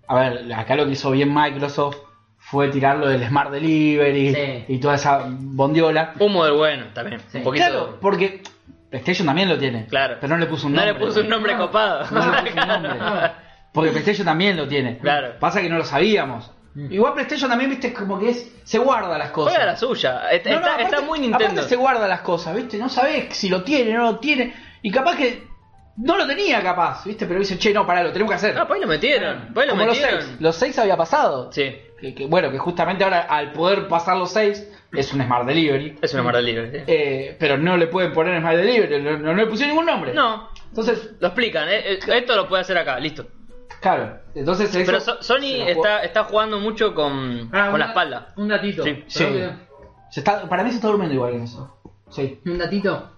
A ver, acá lo que hizo bien Microsoft fue tirarlo del Smart Delivery
Sí.
y toda esa bondiola.
Humo del bueno también.
Sí.
Un poquito.
Claro, porque PlayStation también lo tiene.
Claro.
Pero no le puso un
no
nombre.
le puso un nombre
No.
copado.
No le puso un nombre. Porque PlayStation también lo tiene.
Claro.
Pasa que no lo sabíamos.
Mm.
Igual PlayStation también, viste, como que es. Se guarda las cosas.
Juega la suya. Está,
No, no,
está-
aparte-
está muy Nintendo.
Aparte se guarda las cosas, ¿viste? No sabés si lo tiene, no lo tiene. Y capaz que no lo tenía, capaz, ¿viste? Pero dice, che, no, pará, lo tenemos que hacer.
Ah, pues ahí lo metieron. Pues ahí lo
Como los
metieron.
seis. Los seis había pasado.
Sí,
Que, que, bueno, que justamente ahora al poder pasar los seis es un Smart Delivery.
es una maravilla. libre. sí.
Eh, pero no le pueden poner Smart Delivery, no, no- no le pusieron ningún nombre.
No,
Entonces,
lo explican. eh, eh, Esto lo puede hacer acá, listo.
claro. Entonces eso
Pero So-
se
Sony
lo jugó-
está, está jugando mucho con,
Ah,
con la
un-
espalda.
Un datito.
Sí,
Sí.
Perdón
Se está- para mí se está durmiendo igual en eso. Sí.
que- Un datito.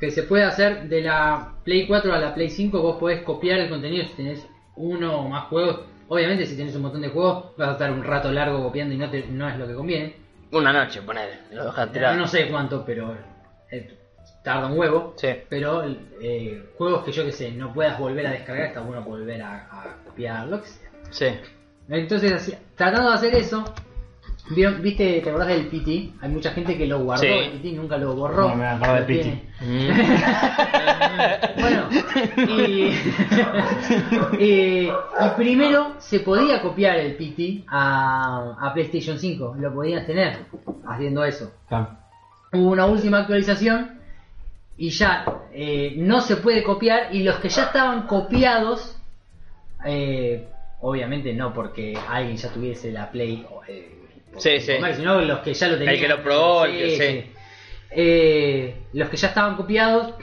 Que se puede hacer de la Play 4 a la Play 5. Vos podés copiar el contenido si tenés uno o más juegos. Obviamente, si tenés un montón de juegos, vas a estar un rato largo copiando y no, te- no es lo que conviene.
Una noche, ponele. Lo dejan tirado.
No sé cuánto, pero eh, tarda un huevo.
Sí.
Pero eh, juegos que yo que sé, no puedas volver a descargar, está bueno volver a, a copiar lo que sea.
Sí.
Entonces, así- tratando de hacer eso, ¿vieron- ¿viste? ¿Te acordás del PT? Hay mucha gente que lo guardó,
Sí.
el PT nunca lo borró.
No me acuerdo del
Lo
PT.
tiene.
Mm.
Bueno, y, y- y primero se podía copiar el PT a, a PlayStation 5, lo podías tener haciendo eso.
Claro.
Hubo una última actualización y ya eh, no se puede copiar y los que ya estaban copiados, eh, obviamente no porque alguien ya tuviese la Play, o, eh, por
Sí, sí.
comer, sino los que ya lo tenían.
que lo probó, el que- sí.
Eh, los que ya estaban copiados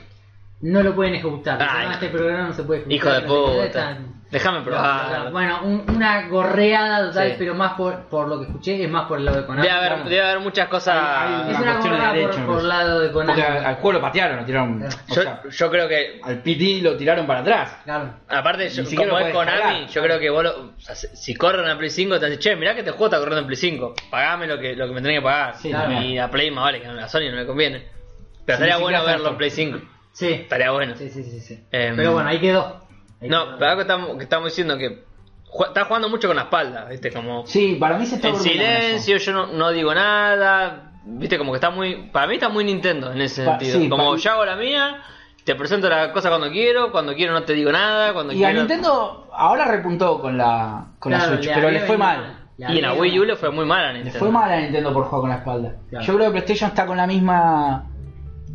no lo pueden ejecutar. Dicen,
Ay.
"No, este programa no se puede
Hijo
ejecutar.
de
no sé qué",
puta.
están-
Déjame probar.
Bueno, un- una gorreada total,
Sí.
pero más por, por lo que escuché, es más por el lado de Konami.
Debe haber, debe haber muchas
Hay-
Es
hay-
cosas.
una
cuestión de
gorrada
derecho,
por,
me
por
parece.
lado de Konami.
Porque al, al juego lo patearon, lo tiraron. o
Eh, Yo,
sea,
yo creo que.
al PT lo tiraron para atrás.
Claro.
Aparte, yo-
Ni siquiera
como
lo
es
podés
Konami,
pagar.
yo creo que vos lo- o sea, si- si corren a Play 5, te dicen, che, mirá que este juego está corriendo en Play 5. Pagame lo que, lo que me tenés que pagar.
Sí,
y
también.
a Play más vale que a Sony no le conviene. Pero
Sí,
estaría
ni siquiera
bueno verlo
tanto.
en Play 5.
Sí.
Estaría bueno.
Sí, sí, sí, sí.
Em,
pero bueno, ahí quedó. Ahí
No,
quedó.
pero algo que estamos, que estamos diciendo que ju- está jugando mucho con la espalda, ¿viste? Como
Sí, para mí se está
en
durmiendo con eso.
silencio, yo no, no digo nada, ¿viste? Como que está muy. Para mí está muy Nintendo en ese
Pa-
sentido.
sí,
como
pa-
yo hago la mía, te presento la cosa cuando quiero, cuando quiero no te digo nada, cuando
Y a
quiero.
Nintendo ahora repuntó con la, con
Claro,
la Switch,
le
pero le
abrió
fue
y-
mal.
le
Y en la
abrió.
Wii U le fue muy mal a
Le
Nintendo.
fue mal a Nintendo por jugar con la espalda.
Claro.
Yo creo que PlayStation está con la misma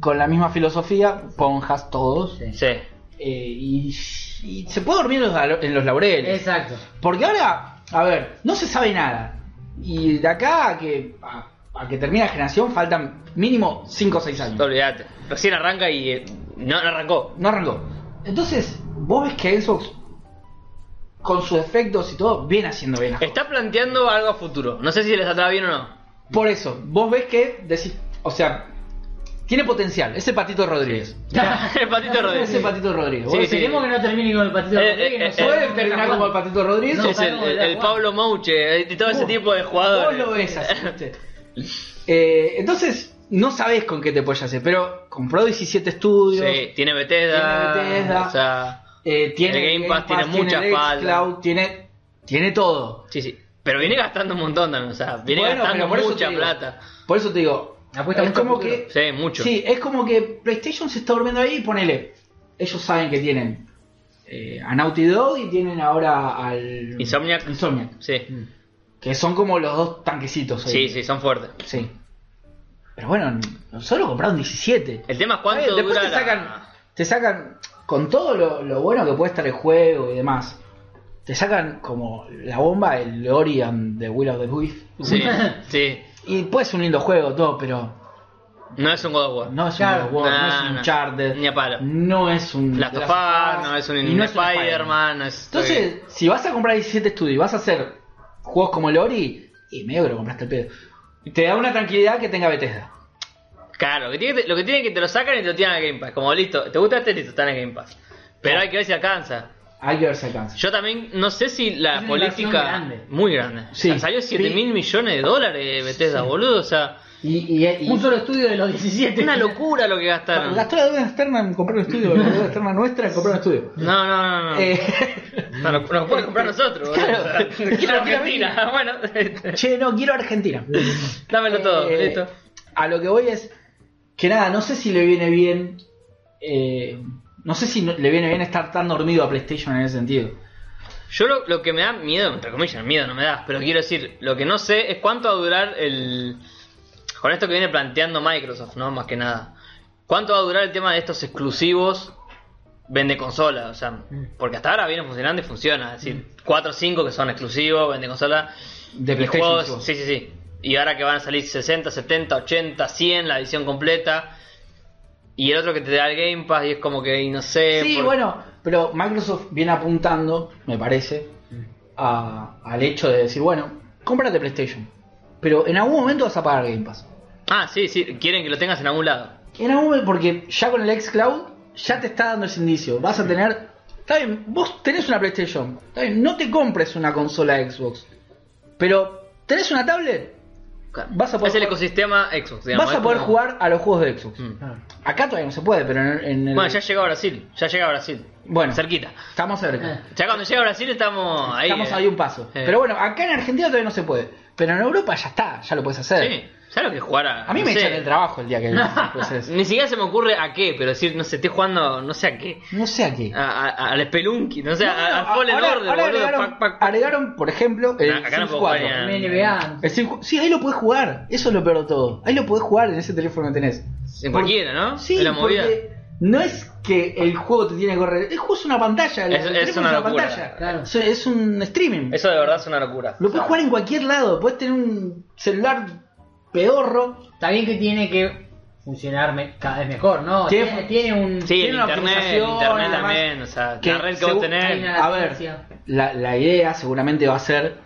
con la misma filosofía, ponjas todos,
Sí.
Sí.
eh, y, y se puede dormir en los, alo- en los laureles.
Exacto.
Porque ahora, a ver, no se sabe nada. Y de acá a que, a, a que termine la generación faltan mínimo 5 o 6 años.
Olvídate. Recién arranca y eh, no, no arrancó.
No arrancó. Entonces, vos ves que Xbox, con sus efectos y todo, viene haciendo bien. las
Está planteando algo a futuro. No sé si les atraba bien o no.
cosas. Por eso, vos ves que decís, o sea, tiene potencial. Ese patito Rodríguez.
El patito Rodríguez.
Ese patito Rodríguez.
Sí,
Vos
sí.
decís,
Esperemos que no termine con el patito
Eh,
Rodríguez,
eh,
no sé.
eh,
¿Puede terminar como el patito Rodríguez?
No,
es el,
sabemos de
el-
la
el
jugada.
Pablo Mouche eh, y todo ese
Vos-
tipo de
Vos
jugadores.
lo ves así, ¿viste? Eh, entonces, no sabés con qué te puedes hacer, pero compró 17 estudios.
Sí, tiene Bethesda.
Tiene Bethesda.
O sea,
eh, tiene
El Game Pass tiene mucha
el
falda.
xCloud, tiene, tiene todo.
sí, sí. Pero viene gastando un montón también. O sea, viene
Bueno,
gastando
pero por eso
mucha
te digo.
plata.
Por eso te digo,
Apuesta
es
mucho
como
al futuro.
que
Sí, mucho.
Sí, es como que PlayStation se está durmiendo ahí y ponele. Ellos saben que tienen eh, a Naughty Dog y tienen ahora al.
Insomniac.
Insomniac.
Sí.
Mm.
Que son como los dos tanquecitos. ahí.
Sí, sí, son fuertes.
Sí. Pero bueno, solo compraron 17.
El tema es cuánto
Está bien,
dura
Después te
la-
sacan, te sacan, con todo lo, lo bueno que puede estar el juego y demás, te sacan como la bomba, el Lorian de Will of the Wisp.
Sí, sí.
Y puede ser un lindo juego, todo, pero
No es un God of War.
no es
Claro.
un God of War, no,
Nah,
es un
nah.
Uncharted,
Ni a palo.
no es un
Last of
Last of
Us,
Us,
no es
y
un
no es un
Spider-Man. no es-
Entonces, si vas a comprar 17 estudios y vas a hacer juegos como el Ori, y medio que lo compraste el pedo. Te da una tranquilidad que tenga Bethesda.
Claro, lo que, tiene, lo que tiene es que te lo sacan y te lo tiran a Game Pass. Como listo, te gusta este, listo, está en el Game Pass. Pero hay que ver si alcanza.
Hay que ver si alcanza.
Yo también no sé si la
Es una
política.
inversión grande.
Muy grande.
Sí.
O sea, salió 7 mil millones de dólares Bethesda, boludo. O sea,
Y, y- y-
Un solo estudio de los 17.
es una locura lo que gastaron. No,
Gastó la deuda externa en comprar un estudio, la deuda externa nuestra en comprar un estudio.
no, no. no.
Eh,
No, lo, lo podemos comprar nosotros. boludo.
Claro.
O sea, quiero Argentina. Bueno,
che, no, quiero Argentina.
dámelo todo,
Eh,
listo.
A lo que voy es que nada, no sé si le viene bien. eh, no sé si no- le viene bien estar tan dormido a PlayStation en ese sentido.
Yo lo, lo que me da miedo, entre comillas, miedo no me da, pero quiero decir, lo que no sé es cuánto va a durar el. Con esto que viene planteando Microsoft, ¿no? Más que nada. ¿Cuánto va a durar el tema de estos exclusivos vende consola? O sea,
Mm.
porque hasta ahora viene funcionando y funciona. Es decir, 4 o 5 que son exclusivos, vende consola.
De
y
PlayStation,
juegos-
decís vos.
sí, sí, sí. Y ahora que van a salir 60, 70, 80, 100, la edición completa. Y el otro que te da el Game Pass y es como que, y no sé.
Sí,
por-
bueno, pero Microsoft viene apuntando, me parece, a- al hecho de decir, bueno, cómprate PlayStation. Pero en algún momento vas a pagar Game Pass.
Ah, sí, sí, quieren que lo tengas en algún lado.
En algún momento, porque ya con el xCloud ya te está dando ese indicio. Vas a tener. Está bien, vos tenés una PlayStation. Está bien, no te compres una consola Xbox. Pero, ¿tenés una tablet? Vas a poder
es el
jugar-
ecosistema Xbox, digamos.
Vas a
es
poder
como-
jugar a los juegos de Xbox.
Mm.
Ah.
Acá todavía no se puede, pero en, en el.
Bueno, ya llega a Brasil, ya llega a Brasil.
Bueno,
Cerquita.
estamos cerca.
Ya cuando llega a Brasil estamos Eh, ahí.
estamos
eh.
ahí un paso.
Eh.
Pero bueno, acá en Argentina todavía no se puede. Pero en Europa ya está, ya lo puedes hacer.
Sí, ¿sabes lo que es jugar a.
A mí
no
me
sé, Ah,
echan el trabajo el día que pues es-
Ni siquiera se me ocurre a qué, pero decir, no sé, estoy jugando, no sé a qué.
No sé a qué.
A, a- al Spelunky, no sé,
No,
a-
no,
al Fallen
ahora-
Order,
ahora
boludo.
agregaron,
pac, pac, pac.
agregaron, por ejemplo, el
Nah, acá no
Sims
puedo
4.
jugar ni a-
NBA.
El Sims- sí, ahí lo puedes jugar. Eso es lo peor de todo. Ahí lo puedes jugar en ese teléfono que tenés.
En
Porque-
cualquiera, ¿no?
Sí,
Es la movida.
porque no es que el juego te tiene que correr. El juego es una pantalla. el
Es- es
teléfono
una locura.
pantalla.
Claro.
Es, es un streaming.
Eso de verdad es una locura.
Lo puedes jugar en cualquier lado. Puedes tener un celular pedorro.
Está bien que tiene que funcionar me- cada vez mejor, ¿no?
Tiene-
Tiene, tiene un.
Sí, el
Tiene una
internet, el
optimización
internet
y demás
también, o sea,
que
la red que vos
según-
hay
tenés.
una-
A ver, la, la idea seguramente va a ser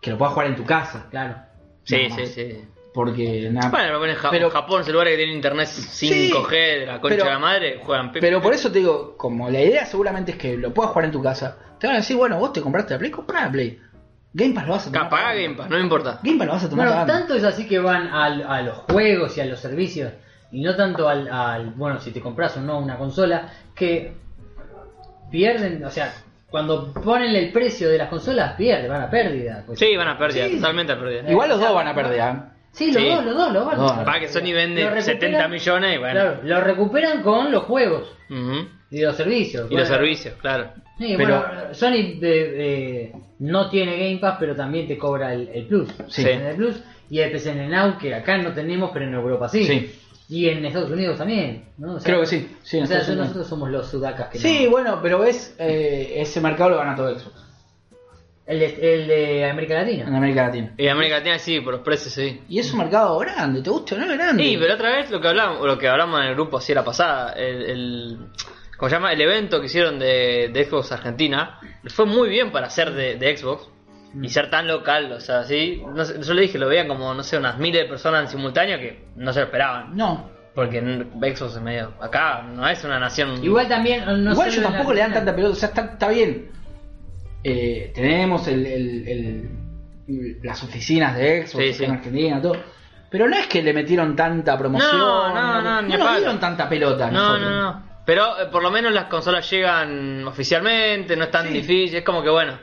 que lo puedas jugar en tu casa.
Claro.
Sí,
nada
sí,
más.
sí.
Porque nada.
Bueno, pero en Ja-
Pero-
Japón, son lugares que tienen internet 5G de la concha
pero-
de la madre, juegan Pepe.
Pero por eso te digo, como la idea seguramente es que lo puedas jugar en tu casa, te van a decir, bueno, vos te compraste la Play, comprá la Play. Game Pass lo vas a tomar.
Capaz Game Pass, no me importa.
Game Pass lo vas a tomar.
Bueno,
pagando.
tanto es así que van al- a los juegos y a los servicios, y no tanto al, al- bueno, si te compras o no una consola, que pierden, o sea, cuando ponen el precio de las consolas, pierden, van a pérdida. pues.
Sí, van a pérdida,
Sí.
totalmente a pérdida.
Igual los dos van a perder. ¿eh?
Sí, los
Sí.
dos, los dos, los dos.
Los dos.
Capaz que Sony
Lo
vende
recuperan-
70 millones y bueno.
Claro, lo recuperan con los juegos
Ujú.
y los servicios.
Y
Bueno,
los servicios, claro.
Sí,
Pero-
bueno, Sony eh, eh, no tiene Game Pass, pero también te cobra el, el Plus.
Sí.
PSN El Plus y el PSN Now, que acá no tenemos, pero en Europa sí.
Sí.
Y en Estados Unidos también, ¿no? O sea,
Creo que sí. sí en
o sea,
Estados Unidos.
nosotros somos los sudacas que
Sí,
no-
bueno, pero ves, eh, ese mercado lo gana todo Xbox
El de, el de América
en
Latina.
América Latina.
Y América Latina sí, por los precios sí.
Y es un mercado grande, te gusta o no grande.
Sí, pero otra vez lo que hablamos, o lo que hablamos en el grupo así la pasada, el, el ¿cómo se llama? El evento que hicieron de, de Xbox Argentina fue muy bien para ser de, de Xbox y ser tan local, o sea, sí, no sé, yo le dije, lo veían como no sé, unas miles de personas en simultáneo que no se lo esperaban,
No.
porque en- Xbox es medio acá no es una nación
Igual también. No solo
Igual yo
en
tampoco le dan
Argentina.
tanta pelota. O sea, está, está bien. Eh, tenemos el, el- el- las oficinas de Xbox
Sí,
acá
sí.
en Argentina, todo. Pero no es que le metieron tanta promoción.
No, no, no, ni a
nos
palo.
dieron tanta pelota. a
No,
nosotros.
no, no. Pero eh, por lo menos las consolas llegan oficialmente, no es tan difícil, es como que bueno.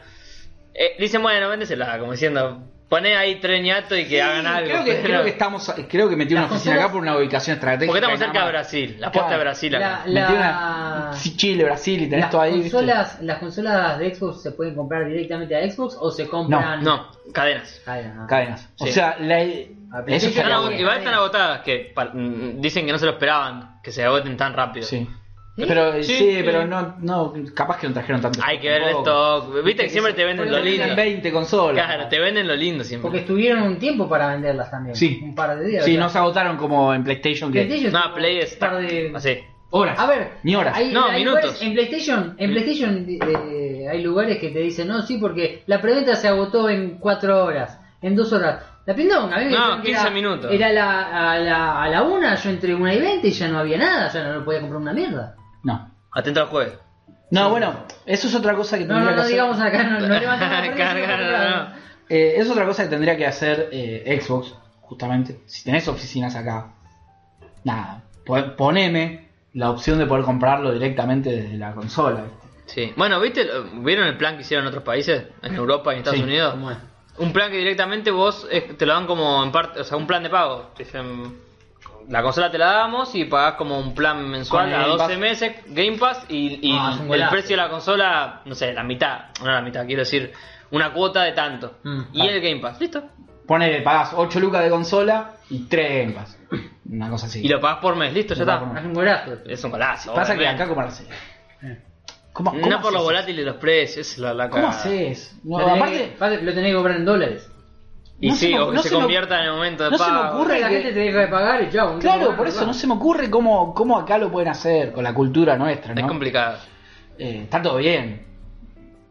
Eh, dicen, bueno, véndesela, como diciendo, Poné ahí treñato y que
Sí,
hagan algo.
Creo que,
pero-
creo que estamos, creo que metí una
Las
oficina
consolas-
acá por una ubicación estratégica.
Porque estamos
nada
cerca de
más.
Brasil, la posta de
Claro,
Brasil acá.
La-
Metí una- sí, Chile, Brasil y tenés
Las
todo ahí. ¿viste?
consolas, las consolas de Xbox se pueden comprar directamente a Xbox o se compran.
No, cadenas.
Ah, ya, ah.
Cadenas. O
Sí.
sea, la,
pensé
eso
que era
Están
estaría
una-
agot-
bueno.
igual están agotadas que pa- mm, dicen que no se lo esperaban, que se agoten tan rápido.
Sí. Pero,
Sí,
sí,
sí.
pero no, no, capaz que no trajeron tanto.
Hay que ver el
tampoco.
stock. Viste que siempre te venden
porque
lo
te
lindo.
Tenían 20 consolas.
Claro, te venden lo lindo siempre.
Porque estuvieron un tiempo para venderlas también.
Sí.
Un par de días.
Sí,
o sea,
no se agotaron como en PlayStation que
PlayStation
No,
tuvo
Play
un
está
par de-
así.
horas.
A ver,
ni horas.
hay-
No,
hay
minutos.
lugares- en PlayStation, en PlayStation eh, hay lugares que te dicen, no, sí, porque la preventa se agotó en 4 horas, en 2 horas. La pindón, a mí me
No,
dijeron que
15
era-
minutos.
Era la, a, la, a la una, yo entre una y 20 y ya no había nada, ya no, podía comprar una mierda.
No.
Atento al jueves.
No, bueno, eso es otra cosa que
No,
tendría
no,
que
no
hacer.
digamos acá, no, no levantemos la
Acá,
perdiz,
acá,
no,
no,
no.
no.
Eh, es otra cosa que tendría que hacer eh, Xbox, justamente. Si tenés oficinas acá, nada, po- poneme la opción de poder comprarlo directamente desde la consola. ¿viste?
Sí. Bueno, ¿viste? lo- ¿Vieron el plan que hicieron en otros países? En Europa y en Estados
Sí.
Unidos.
¿Cómo es?
Un plan que directamente vos eh, te lo dan como en parte, o sea, un plan de pago. Te dicen, la consola te la damos y pagás como un plan mensual
Con el
a
Game
12
Pass.
meses, Game Pass, y, y
Ah, es un
el
golazo.
precio de la consola, no sé, la mitad, no la mitad, quiero decir, una cuota de tanto.
Mm,
y
vale.
el Game Pass, listo.
Ponele, pagás 8 lucas de consola y 3 Game Pass. Una cosa así.
Y lo pagás por mes, listo, ya
Lo
está.
pagás
Haz un golazo.
Es un golazo.
Pasa que
obviamente. Eh.
acá como ¿Cómo, cómo
No por lo
haces?
volátil de los precios, la, la
¿Cómo
cagada.
haces? No,
lo, tenés
aparte,
que, aparte, lo tenés que comprar en dólares.
Y
No
sí,
se me-
o que
no
se,
se me-
convierta en el momento de
no se me
pago.
ocurre
Corre, la
que-
gente te deja de pagar y chao.
claro, por eso no se me ocurre cómo, cómo acá lo pueden hacer con la cultura nuestra. ¿no?
Es complicado.
eh, está todo bien.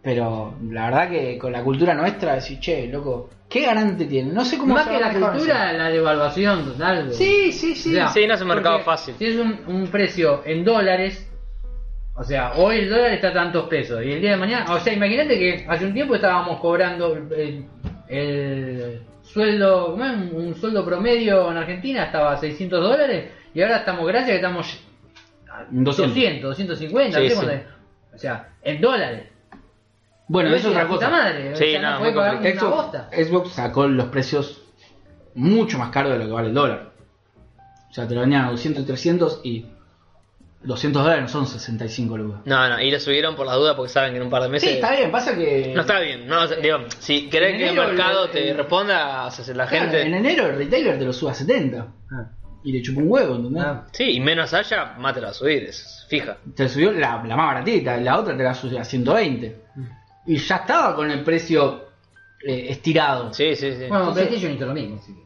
Pero la verdad que con la cultura nuestra decís, che, loco, ¿qué garante tiene? No sé cómo
Más
se
que
va
la
a manejar
cultura, la devaluación total.
eso.
de-
Sí, sí, sí.
O sea,
sí, no es un mercado
porque
fácil.
Si es un, un precio en dólares, o sea, hoy el dólar está a tantos pesos y el día de mañana, o sea, imagínate que hace un tiempo estábamos cobrando el, el sueldo, ¿cómo es? un, un sueldo promedio en Argentina estaba a 600 dólares y ahora estamos, gracias que estamos a
200.
200 250,
Sí,
no sé
sí.
cuánto es. o sea, en dólares.
Bueno, eso es
La
otra
puta
cosa.
Madre, o
Sí,
sea, no,
no,
podés
muy
pagar ni una
Xbox,
bosta.
Xbox sacó los precios mucho más caros de lo que vale el dólar. O sea, te lo vendían a 200 y 300 y 200 dólares no son 65 lucas.
No, no, y lo subieron por la duda porque saben que en un par de
Sí,
meses.
está bien, pasa que...
No está bien, no, o sea, digo, si querés
En
que el
enero,
mercado
el-
te
el-
responda, o sea, la
Claro,
gente.
En enero el retailer te lo sube a 70
Ah,
y le chupa un huevo, ¿entendés?
ah.
Sí, y menos haya, más te lo va a subir, es fija.
te subió la, la más baratita, la otra te la subió a 120. Y ya estaba con el precio eh, estirado.
Sí, sí, sí.
Bueno,
Entonces-
PlayStation hizo lo mismo, así que.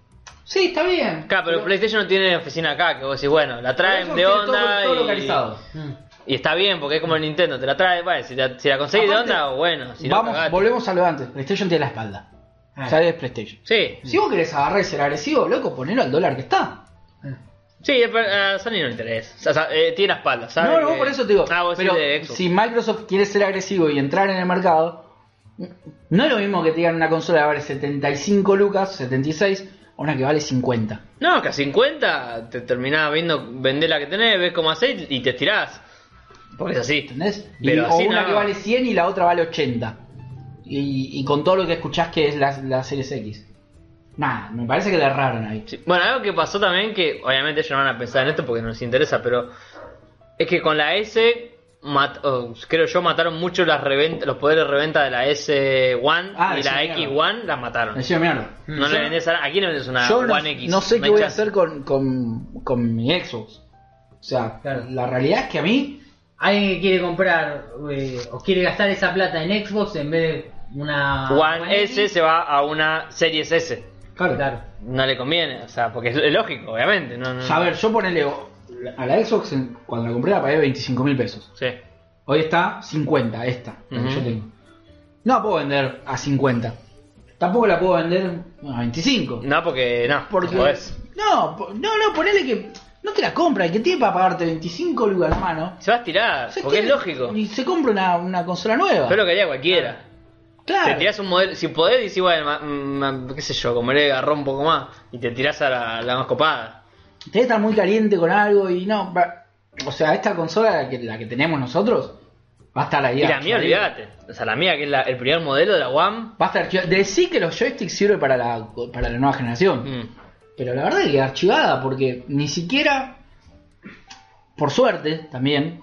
Sí, está bien.
Acá, pero PlayStation no tiene oficina acá, que vos decís, bueno, la traen
Por eso
de
tiene
onda.
Todo, todo
y-
localizado.
Mm.
y, está bien, porque es como el Nintendo, te la trae, vale, si la, si la conseguís
Aparte,
de onda, bueno, si no,
Vamos,
cagate.
volvemos a lo de antes. PlayStation tiene la espalda.
Ah.
Ya es PlayStation.
Sí,
Si vos querés agarrar y ser agresivo, loco, ponelo al dólar que está.
sí, pero a Sony no le interesa. O sea, eh, tiene la espalda, ¿sabes?
No, no,
Que-
por eso te digo.
Ah, vos
pero
decís de Xbox.
si Microsoft quiere ser agresivo y entrar en el mercado, no es lo mismo que te digan una consola que vale 75 lucas, 76, a una que vale 50.
No, que a 50 te terminás viendo, vendés la que tenés, ves cómo hacés y te estirás. Porque es así.
¿Entendés? Y-
Pero
o
así
una
no.
que vale 100 y la otra vale 80. Y, y con todo lo que escuchás que es la, la Series X. Nada, me parece que le erraron ahí.
Sí. Bueno, algo que pasó también, que obviamente ellos no van a pensar en esto porque no les interesa, pero es que con la S, mat- oh, creo yo, mataron mucho las revent- los poderes de reventa de la S1
Ah,
y
esa
la
mierda.
X1 las mataron.
Me decía, mierda.
No
Yo
le vendés a, ¿a quién le vendés una
yo no,
One X?
no sé
No
qué
hay
voy a
chance.
hacer con, con, con mi Xbox. O sea,
Claro.
la realidad es que a mí
Alguien que quiere comprar eh, o quiere gastar esa plata en Xbox en vez de una
Ah,
One S se va a una Series S.
Claro.
No le conviene, o sea, porque es lógico, obviamente. No, no,
Ya, a ver, yo ponele o- a la Xbox en- cuando la compré la pagué 25 mil pesos.
Sí.
Hoy está 50, esta, la que
Ujú.
yo tengo. No la puedo vender a 50. Tampoco la puedo vender a 25.
No, porque no.
Porque.
no podés.
No, po- no, no, ponele que. No te la compra, el que tiene para pagarte 25 lucas, hermano.
Se va a estirar,
se
porque es
tiene-
lógico.
Y se compra una, una consola nueva.
Yo lo quería cualquiera. Te
claro.
tirás un modelo, si podés decís, bueno, ma- mm, ma- qué sé yo, comeré garrón un poco más y te tirás a la, la más copada.
Te estar muy caliente con algo y no. va- O sea, esta consola, la que, la que tenemos nosotros, Va a estar ahí.
Y la
archivadito.
mía, olvídate. O sea, la mía, que es la- el primer modelo de la One.
Va a estar archivada. Decí que los joysticks sirven para la, para la nueva generación.
Mm.
Pero la verdad es que archivada, porque ni siquiera, por suerte también,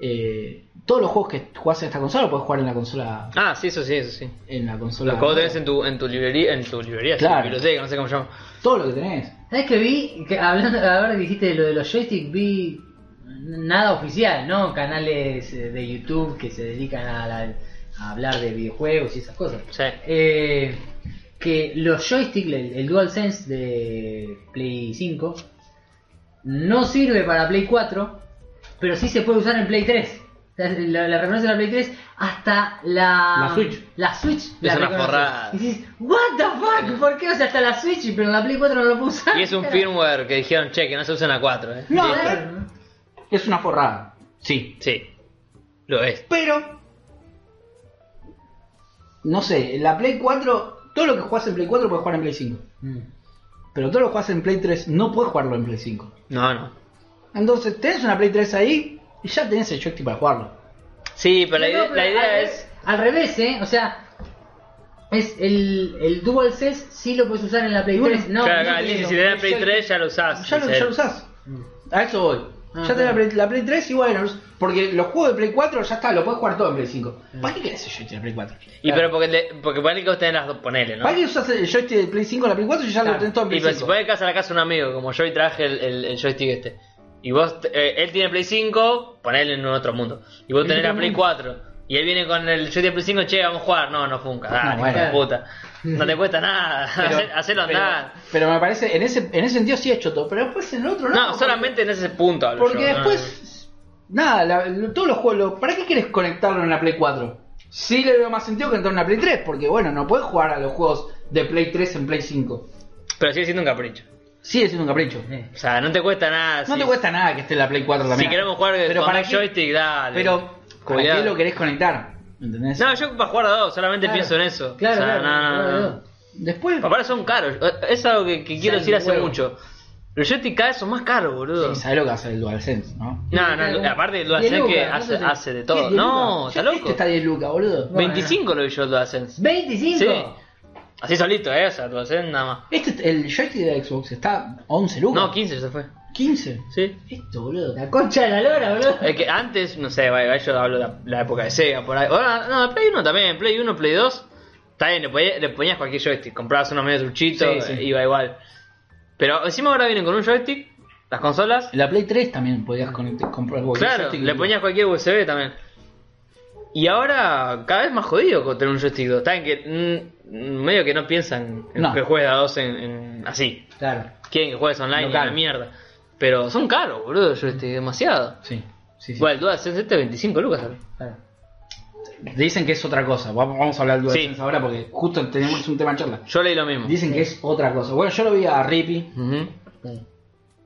eh, todos los juegos que jugás en esta consola puedes jugar en la consola.
Ah, sí, eso sí, eso sí.
En la consola.
Los juegos tenés en tu, en tu librería, en tu librería, sí,
Claro.
biblioteca, no sé cómo se llama.
Todo lo que tenés.
¿Sabes que vi? Que hablando, ahora que dijiste de lo de los joysticks, vi nada oficial, ¿no? Canales eh, de YouTube que se dedican a, la- a hablar de videojuegos y esas cosas.
Sí.
Eh, que los joysticks, el, el DualSense de Play 5, no sirve para Play 4, pero sí se puede usar en Play 3. O sea, La, la reconoce la Play 3 hasta la,
La Switch.
La Switch la
una
reconoce.
forrada.
Y dices, ¿What the fuck? ¿Por qué? O sea, hasta la Switch, pero en la Play 4 no lo puedo usar.
Y es un firmware que dijeron, che, que no se usan a 4, ¿eh?
Ah, No,
Listo.
eh. Es una forrada. Sí.
Sí, lo es.
Pero. No sé, la Play 4. Todo lo que jugás en Play 4 puedes jugar en Play 5.
Mm.
Pero todo lo que jugás en Play 3 no puedes jugarlo en Play 5.
No, no.
Entonces, tenés una Play 3 ahí y ya tenés el joystick para jugarlo.
Sí, pero la,
No,
idea-
pero
la
al
idea
re-
es...
Al revés, ¿eh? O sea, es el, el DualSense sí lo puedes usar en la Play
Y bueno,
3. No,
Claro,
no
acá
te
dice,
digo.
si tenés la Play
Yo-
3 ya lo usás.
Ya lo,
dice
ya
él.
lo usás.
Mm.
A eso voy.
Ah,
ya tenés la
claro.
Play, la Play 3 y bueno, porque los juegos de Play 4 ya está, lo puedes jugar todo en Play 5. ¿Para qué querés el joystick de Play 4?
Y
Claro.
pero porque, le- porque ponele que vos tenés las dos, ponele, ¿no?
¿Para qué usás el joystick de Play 5 a la Play 4 y ya
Claro.
lo tenés todo en
Y
Play
pero si
5?
podés casa a la casa de un amigo, como yo y traje el, el- el joystick este. Y vos, te- eh, él tiene Play 5, ponele en un otro mundo. Y vos
En
tenés
otro
la Play
mundo.
4. Y él viene con el joystick de Play 5, che, vamos a jugar. No, no funca, dale,
No, bueno.
hijo de puta. No te cuesta nada,
Pero-
hacer- hacelo
pero-
andar.
Pero me parece, en ese, en ese sentido sí es choto, pero después en el otro no.
No,
porque-
solamente en ese punto hablo
Porque
yo, no,
después, nada, la- lo- todos los juegos, lo- ¿para qué querés conectarlo en la Play 4? Sí le veo más sentido que entrar en la Play 3, porque bueno, no puedes jugar a los juegos de Play 3 en Play 5.
no. Pero sigue siendo un capricho.
Sigue siendo un capricho.
Eh.
O sea, no te cuesta nada.
No
si-
te cuesta nada que esté en la Play 4 también.
Si queremos jugar
Pero
con
para
un
qué-
joystick, dale.
Pero, ¿para
Cuidado.
qué lo querés conectar? ¿Entendés?
No, yo para jugar a dos, solamente
Claro.
pienso en eso.
Claro,
O sea,
claro,
no, no, no,
claro,
no.
claro.
Después,
Papá son caros. Es algo que, que
Salen
quiero decir hace
huevos.
mucho. Los joystick cada vez son más caros, boludo.
sí, sabés lo que va a hacer el DualSense, ¿no?
no, no, lo- aparte el DualSense
Diez
que
lucas,
hace,
entonces-
hace de todo.
¿Qué,
No,
diez lucas?
está
Ya
loco.
Este está 10 lucas, boludo.
Bueno.
25 lo vi yo el DualSense.
¿25?
Sí. Así solito, eh, o sea, DualSense nada más.
Este, el joystick de Xbox está 11 lucas.
No, 15 se fue.
15.
Sí.
Esto, boludo.
La concha de la lora, boludo.
Es que antes, no sé, vaya, yo hablo de la, la época de Sega, por ahí. Ahora, no, Play 1 también, Play 1, Play 2. Está bien, le, podía- le ponías cualquier joystick. Comprabas unos medio truchitos,
Sí, sí.
eh, iba igual. Pero encima ahora vienen con un joystick, las consolas.
La Play 3 también podías conectar, comprar este cualquier
Claro,
joystick.
le ponías cualquier USB también. Y ahora cada vez más jodido con tener un joystick 2. Está bien que mm, medio que no piensan en
No.
que juegues a dos en, en- así.
Claro.
Quieren que juegues online,
Local.
la mierda. Pero son caros, boludo, los joystick, demasiado.
Sí, sí, sí.
Igual, el DualSense este 25 lucas. ahora.
claro.
Dicen que es otra cosa. Vamos vamos a hablar del DualSense
Sí. Mm.
ahora porque justo tenemos un tema en charla.
Yo leí lo mismo.
Dicen que es otra cosa. Bueno, yo lo vi a Rippy.
Ujú.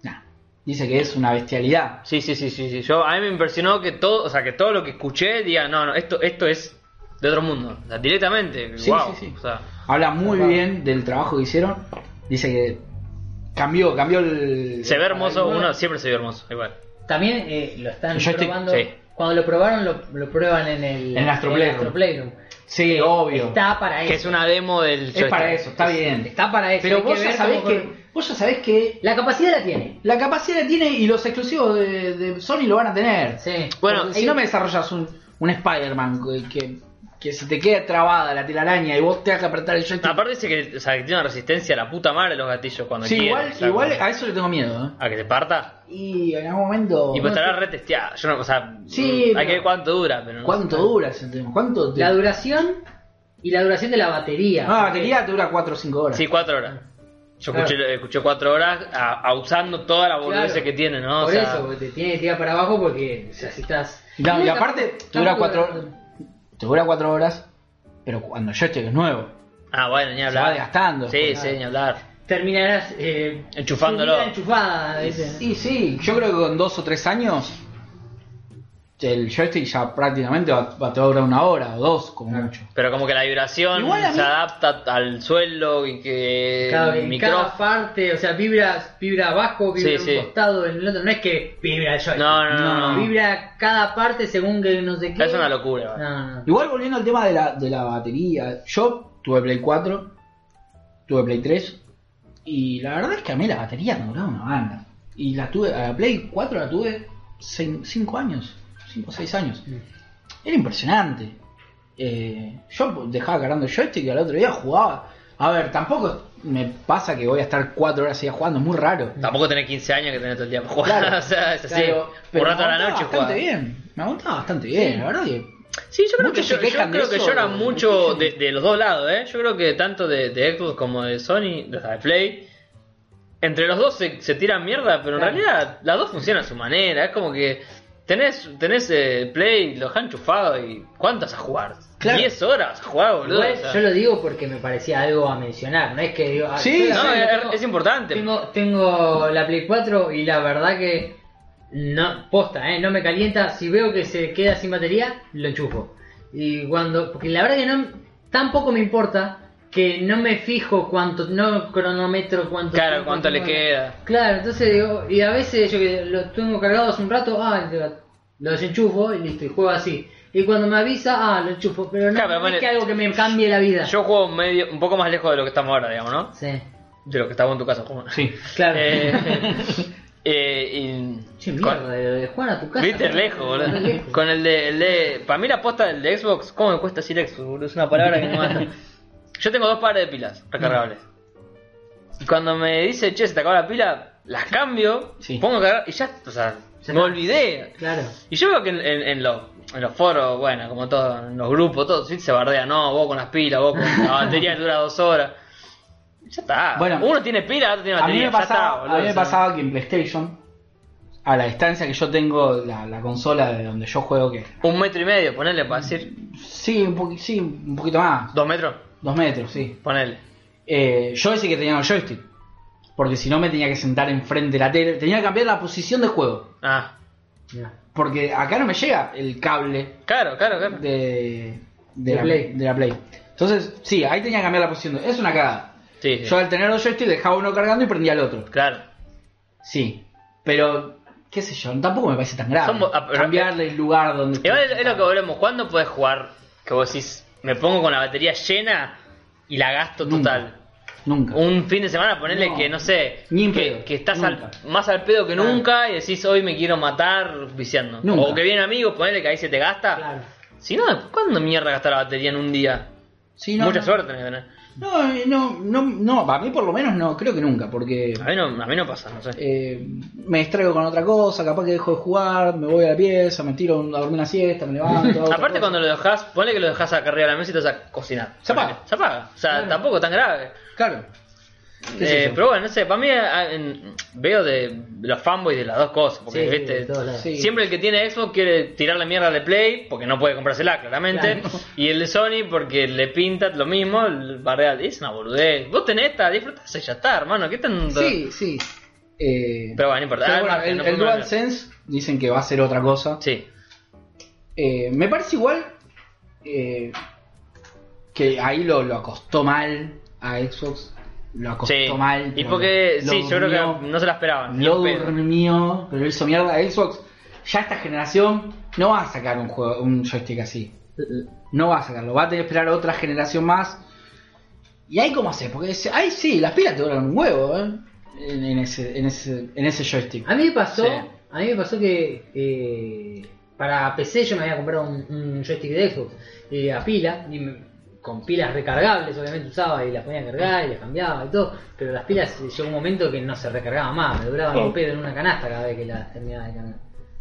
Nah. Dice que es una bestialidad.
Sí, sí, sí, sí, sí. Yo, a mí me impresionó que todo, o sea, que todo lo que escuché diga, no, no, esto, esto es de otro mundo. O sea, directamente.
Sí,
wow.
sí, sí.
O sea,
Habla muy
Claro.
bien del trabajo que hicieron. Dice que cambió, cambió el.
se ve hermoso,
el-
uno siempre se ve hermoso, igual.
También eh, lo están
Joystick,
probando.
sí.
Cuando lo probaron, lo, lo prueban en el,
En el Astro Playroom.
Astro Playroom.
Sí, obvio.
Está para eso.
Que es una demo del
es para eso, está bien.
Está para eso.
Pero
Hay que
vos ya,
ver
sabés
cómo-
que, vos ya sabés que
La capacidad la tiene.
la capacidad la tiene y los exclusivos de, de Sony lo van a tener.
Sí.
Bueno,
Porque
sí.
si no me desarrollas un, un Spider-Man que, que, que se te queda trabada la telaraña y vos tengas que apretar el joystick.
Aparte dice que, o sea, que tiene una resistencia a la puta madre los gatillos cuando
sí,
quiere,
igual,
o sea,
igual
como-
a eso le tengo miedo. ¿eh?
a que te parta.
Y en algún momento.
Y pues estará retesteada. Yo no, o sea,
Oh, Sí,
hay
pero-
que ver cuánto dura, pero no
¿Cuánto
sé.
dura ese tema? ¿Cuánto te...
La duración y la duración de la batería.
No, la batería te dura 4 o 5 horas.
Sí, cuatro horas. Yo
Claro.
escuché, escuché cuatro horas a, a usando toda la boludez
Claro.
que tiene, ¿no? O
Por
sea,
eso, porque te tiene que tirar para abajo porque, o sea, si estás...
No, y
Nunca-
aparte, te dura 4 te dura cuatro horas, pero cuando el joystick es nuevo,
Ah, bueno, ni
se
hablar.
va desgastando.
sí, sí, ni hablar.
Terminarás... Eh,
Enchufándolo.
Ah, tu vida Enchufada, ¿viste?
Y sí, yo creo que con 2 o 3 años el joystick ya prácticamente va, va- te va a durar una hora o dos, como
Claro.
mucho.
Pero como que la vibración
Igual a mí-
se adapta al suelo y que
Cada,
el
en
micrófono.
cada parte, o sea, vibra, vibra abajo, vibra
Sí,
en un
sí.
costado, en el otro. No es que vibra el joystick.
No, no, no, no.
Vibra cada parte según que no sé qué.
Es una locura.
Ah.
No, no.
Igual volviendo al tema de la, de la batería, yo tuve Play 4, tuve Play 3, y la verdad es que a mí la batería me duraba una banda. Y la tuve, a la Play 4 la tuve 5 años, 5 o 6 años. Era impresionante. Eh, yo dejaba cargando el joystick y al otro día jugaba. A ver, tampoco me pasa que voy a estar 4 horas seguidas jugando, es muy raro.
Tampoco tenés 15 años que tenés todo el día para jugar.
Claro,
o sea, es así.
Claro,
por
pero
rato
me
a la
aguantaba
noche
bastante
jugás.
bien, me aguantaba bastante bien, la verdad que
Sí, yo creo
Muchos
que, yo,
se quejan
yo
de
creo que
eso.
lloran mucho de, de los dos lados, ¿eh? Yo creo que tanto de, de Xbox como de Sony, de, o sea, de Play, entre los dos se, se tiran mierda, pero
Claro.
en realidad las dos funcionan a su manera. Es como que tenés, tenés eh, Play, los han enchufado y ¿cuántas a jugar?
Claro.
10 horas a jugar, boludo.
Igual
o sea.
yo lo digo porque me parecía algo a mencionar, no es que digo, ah,
Sí,
yo la
no,
tengo,
es-
tengo-
es importante.
Tengo, tengo la Play 4 y la verdad que no, posta, eh, no me calienta, si veo que se queda sin batería, lo enchufo. Y cuando, porque la verdad que no, tampoco me importa que no me fijo cuánto, no cronometro cuánto.
Claro,
tiempo
cuánto le
tengo.
queda.
Claro, entonces digo, y a veces yo que lo tengo cargado hace un rato, ah, lo desenchufo y listo, y juego así. Y cuando me avisa, ah, lo enchufo, pero no,
Claro, pero
no es
ponele-
que algo que me cambie la vida.
Yo juego medio, un poco más lejos de lo que estamos ahora, digamos, ¿no?
Sí,
De lo que estamos en tu casa jugando.
sí.
claro.
Eh, eh, y-
Che,
con-
mierda, de, de Juan a tu casa.
Viste, es lejos,
Es
boludo.
lejos.
Con el de, el de. Para mí, la posta del de Xbox. ¿Cómo me cuesta decir Xbox, boludo? Es una palabra que no mata. Yo tengo dos pares de pilas recargables.
Mm.
Y cuando me dice, che, se te acabó la pila, las cambio,
Sí.
pongo a cargar y ya, o sea,
Ya está.
me olvidé.
Claro.
Y yo veo que en, en- en los, en los foros, bueno, como todo, en los grupos, todo, sí se bardea, no, vos con las pilas, vos con la batería que dura dos horas. Ya está.
Bueno,
uno tiene pila, otro tiene
A mí
batería.
me
ya está,
pasaba,
boludo,
a mí me
o sea.
pasaba que en PlayStation, a la distancia que yo tengo la, la consola de donde yo juego, que
Un metro y medio, ponele para decir.
sí, un, poqui- sí, un poquito más,
Dos metros,
dos metros, sí.
ponele.
Eh, yo ese que tenía los joystick, porque si no me tenía que sentar enfrente de la tele, tenía que cambiar la posición de juego,
Ah.
Mira.
porque acá no me llega el cable
Claro, claro, claro.
de, de
De
la,
Play.
de la Play. Entonces, sí, ahí tenía que cambiar la posición. Es una cagada.
Sí, sí.
Yo al tener los joystick dejaba uno cargando y prendía el otro.
Claro.
Sí, pero qué sé yo, tampoco me parece tan grave.
Somos- ah, pero-
Cambiarle el lugar donde.
Igual es, es lo que volvemos. ¿Cuándo podés jugar que vos decís, me pongo con la batería llena y la gasto
Nunca.
total?
Nunca.
Un fin de semana, ponerle
No.
que no sé,
Ni en
que,
pedo.
que estás al-
Nunca.
más al pedo que
Claro.
nunca y decís, hoy me quiero matar viciando.
Nunca.
O que vienen amigos, ponerle que ahí se te gasta.
Claro.
Si no, ¿cuándo mierda gastar la batería en un día?
Sí, no,
Mucha
no.
suerte tenés que tener.
No, eh, no, no, no, para mí por lo menos no, creo que nunca, porque
A mí no, a mí no pasa, no sé.
eh, me distraigo con otra cosa, capaz que dejo de jugar, me voy a la pieza, me tiro un- a dormir una siesta, me levanto. otra
Aparte
cosa.
cuando lo dejás, ponle que lo dejás acá arriba de la mesa y te vas a cocinar.
Se apaga.
Se apaga. O sea,
Claro.
tampoco tan grave.
Claro. ¿Qué sé
Eh,
yo?
pero bueno, no sé, para mí ah, en- veo de los fanboys de las dos cosas, porque
Sí,
viste,
de todos lados.
Sí.
siempre el que tiene Xbox quiere tirar la mierda de Play, porque no puede comprársela, claramente,
Claro.
y el de Sony porque le pinta lo mismo, el barreal, es una boludez, vos tenés esta, disfrutás y ya está, hermano, ¿qué tanto?
Sí, sí. Eh,
Pero bueno, no importa.
pero
Ah,
bueno,
no,
el,
no
el
podemos hablar.
DualSense dicen que va a ser otra cosa.
Sí,
Eh, me parece igual eh, que ahí lo, lo acostó mal a Xbox. Lo acostó
sí.
mal.
y
lo-
porque,
lo
sí, yo creo que
durmió,
no se la esperaban. ni
Lo
en pedo.
durmió, pero hizo mierda a Xbox. Ya esta generación no va a sacar un, juego, un joystick así. No va a sacarlo. Va a tener que esperar otra generación más. Y ahí cómo hacer, porque se- ahí sí, las pilas te duran un huevo, ¿eh? En, en ese, en, ese, en ese joystick.
A mí me pasó,
Sí.
a mí me pasó que eh, para PC yo me había comprado un, un joystick de Xbox eh, a pila, y me- con pilas recargables, obviamente usaba y las ponía a cargar y las cambiaba y todo, pero las pilas eh, llegó un momento que no se recargaba más, me duraban
Oh.
un pedo en una canasta cada vez que las terminaba de cargar.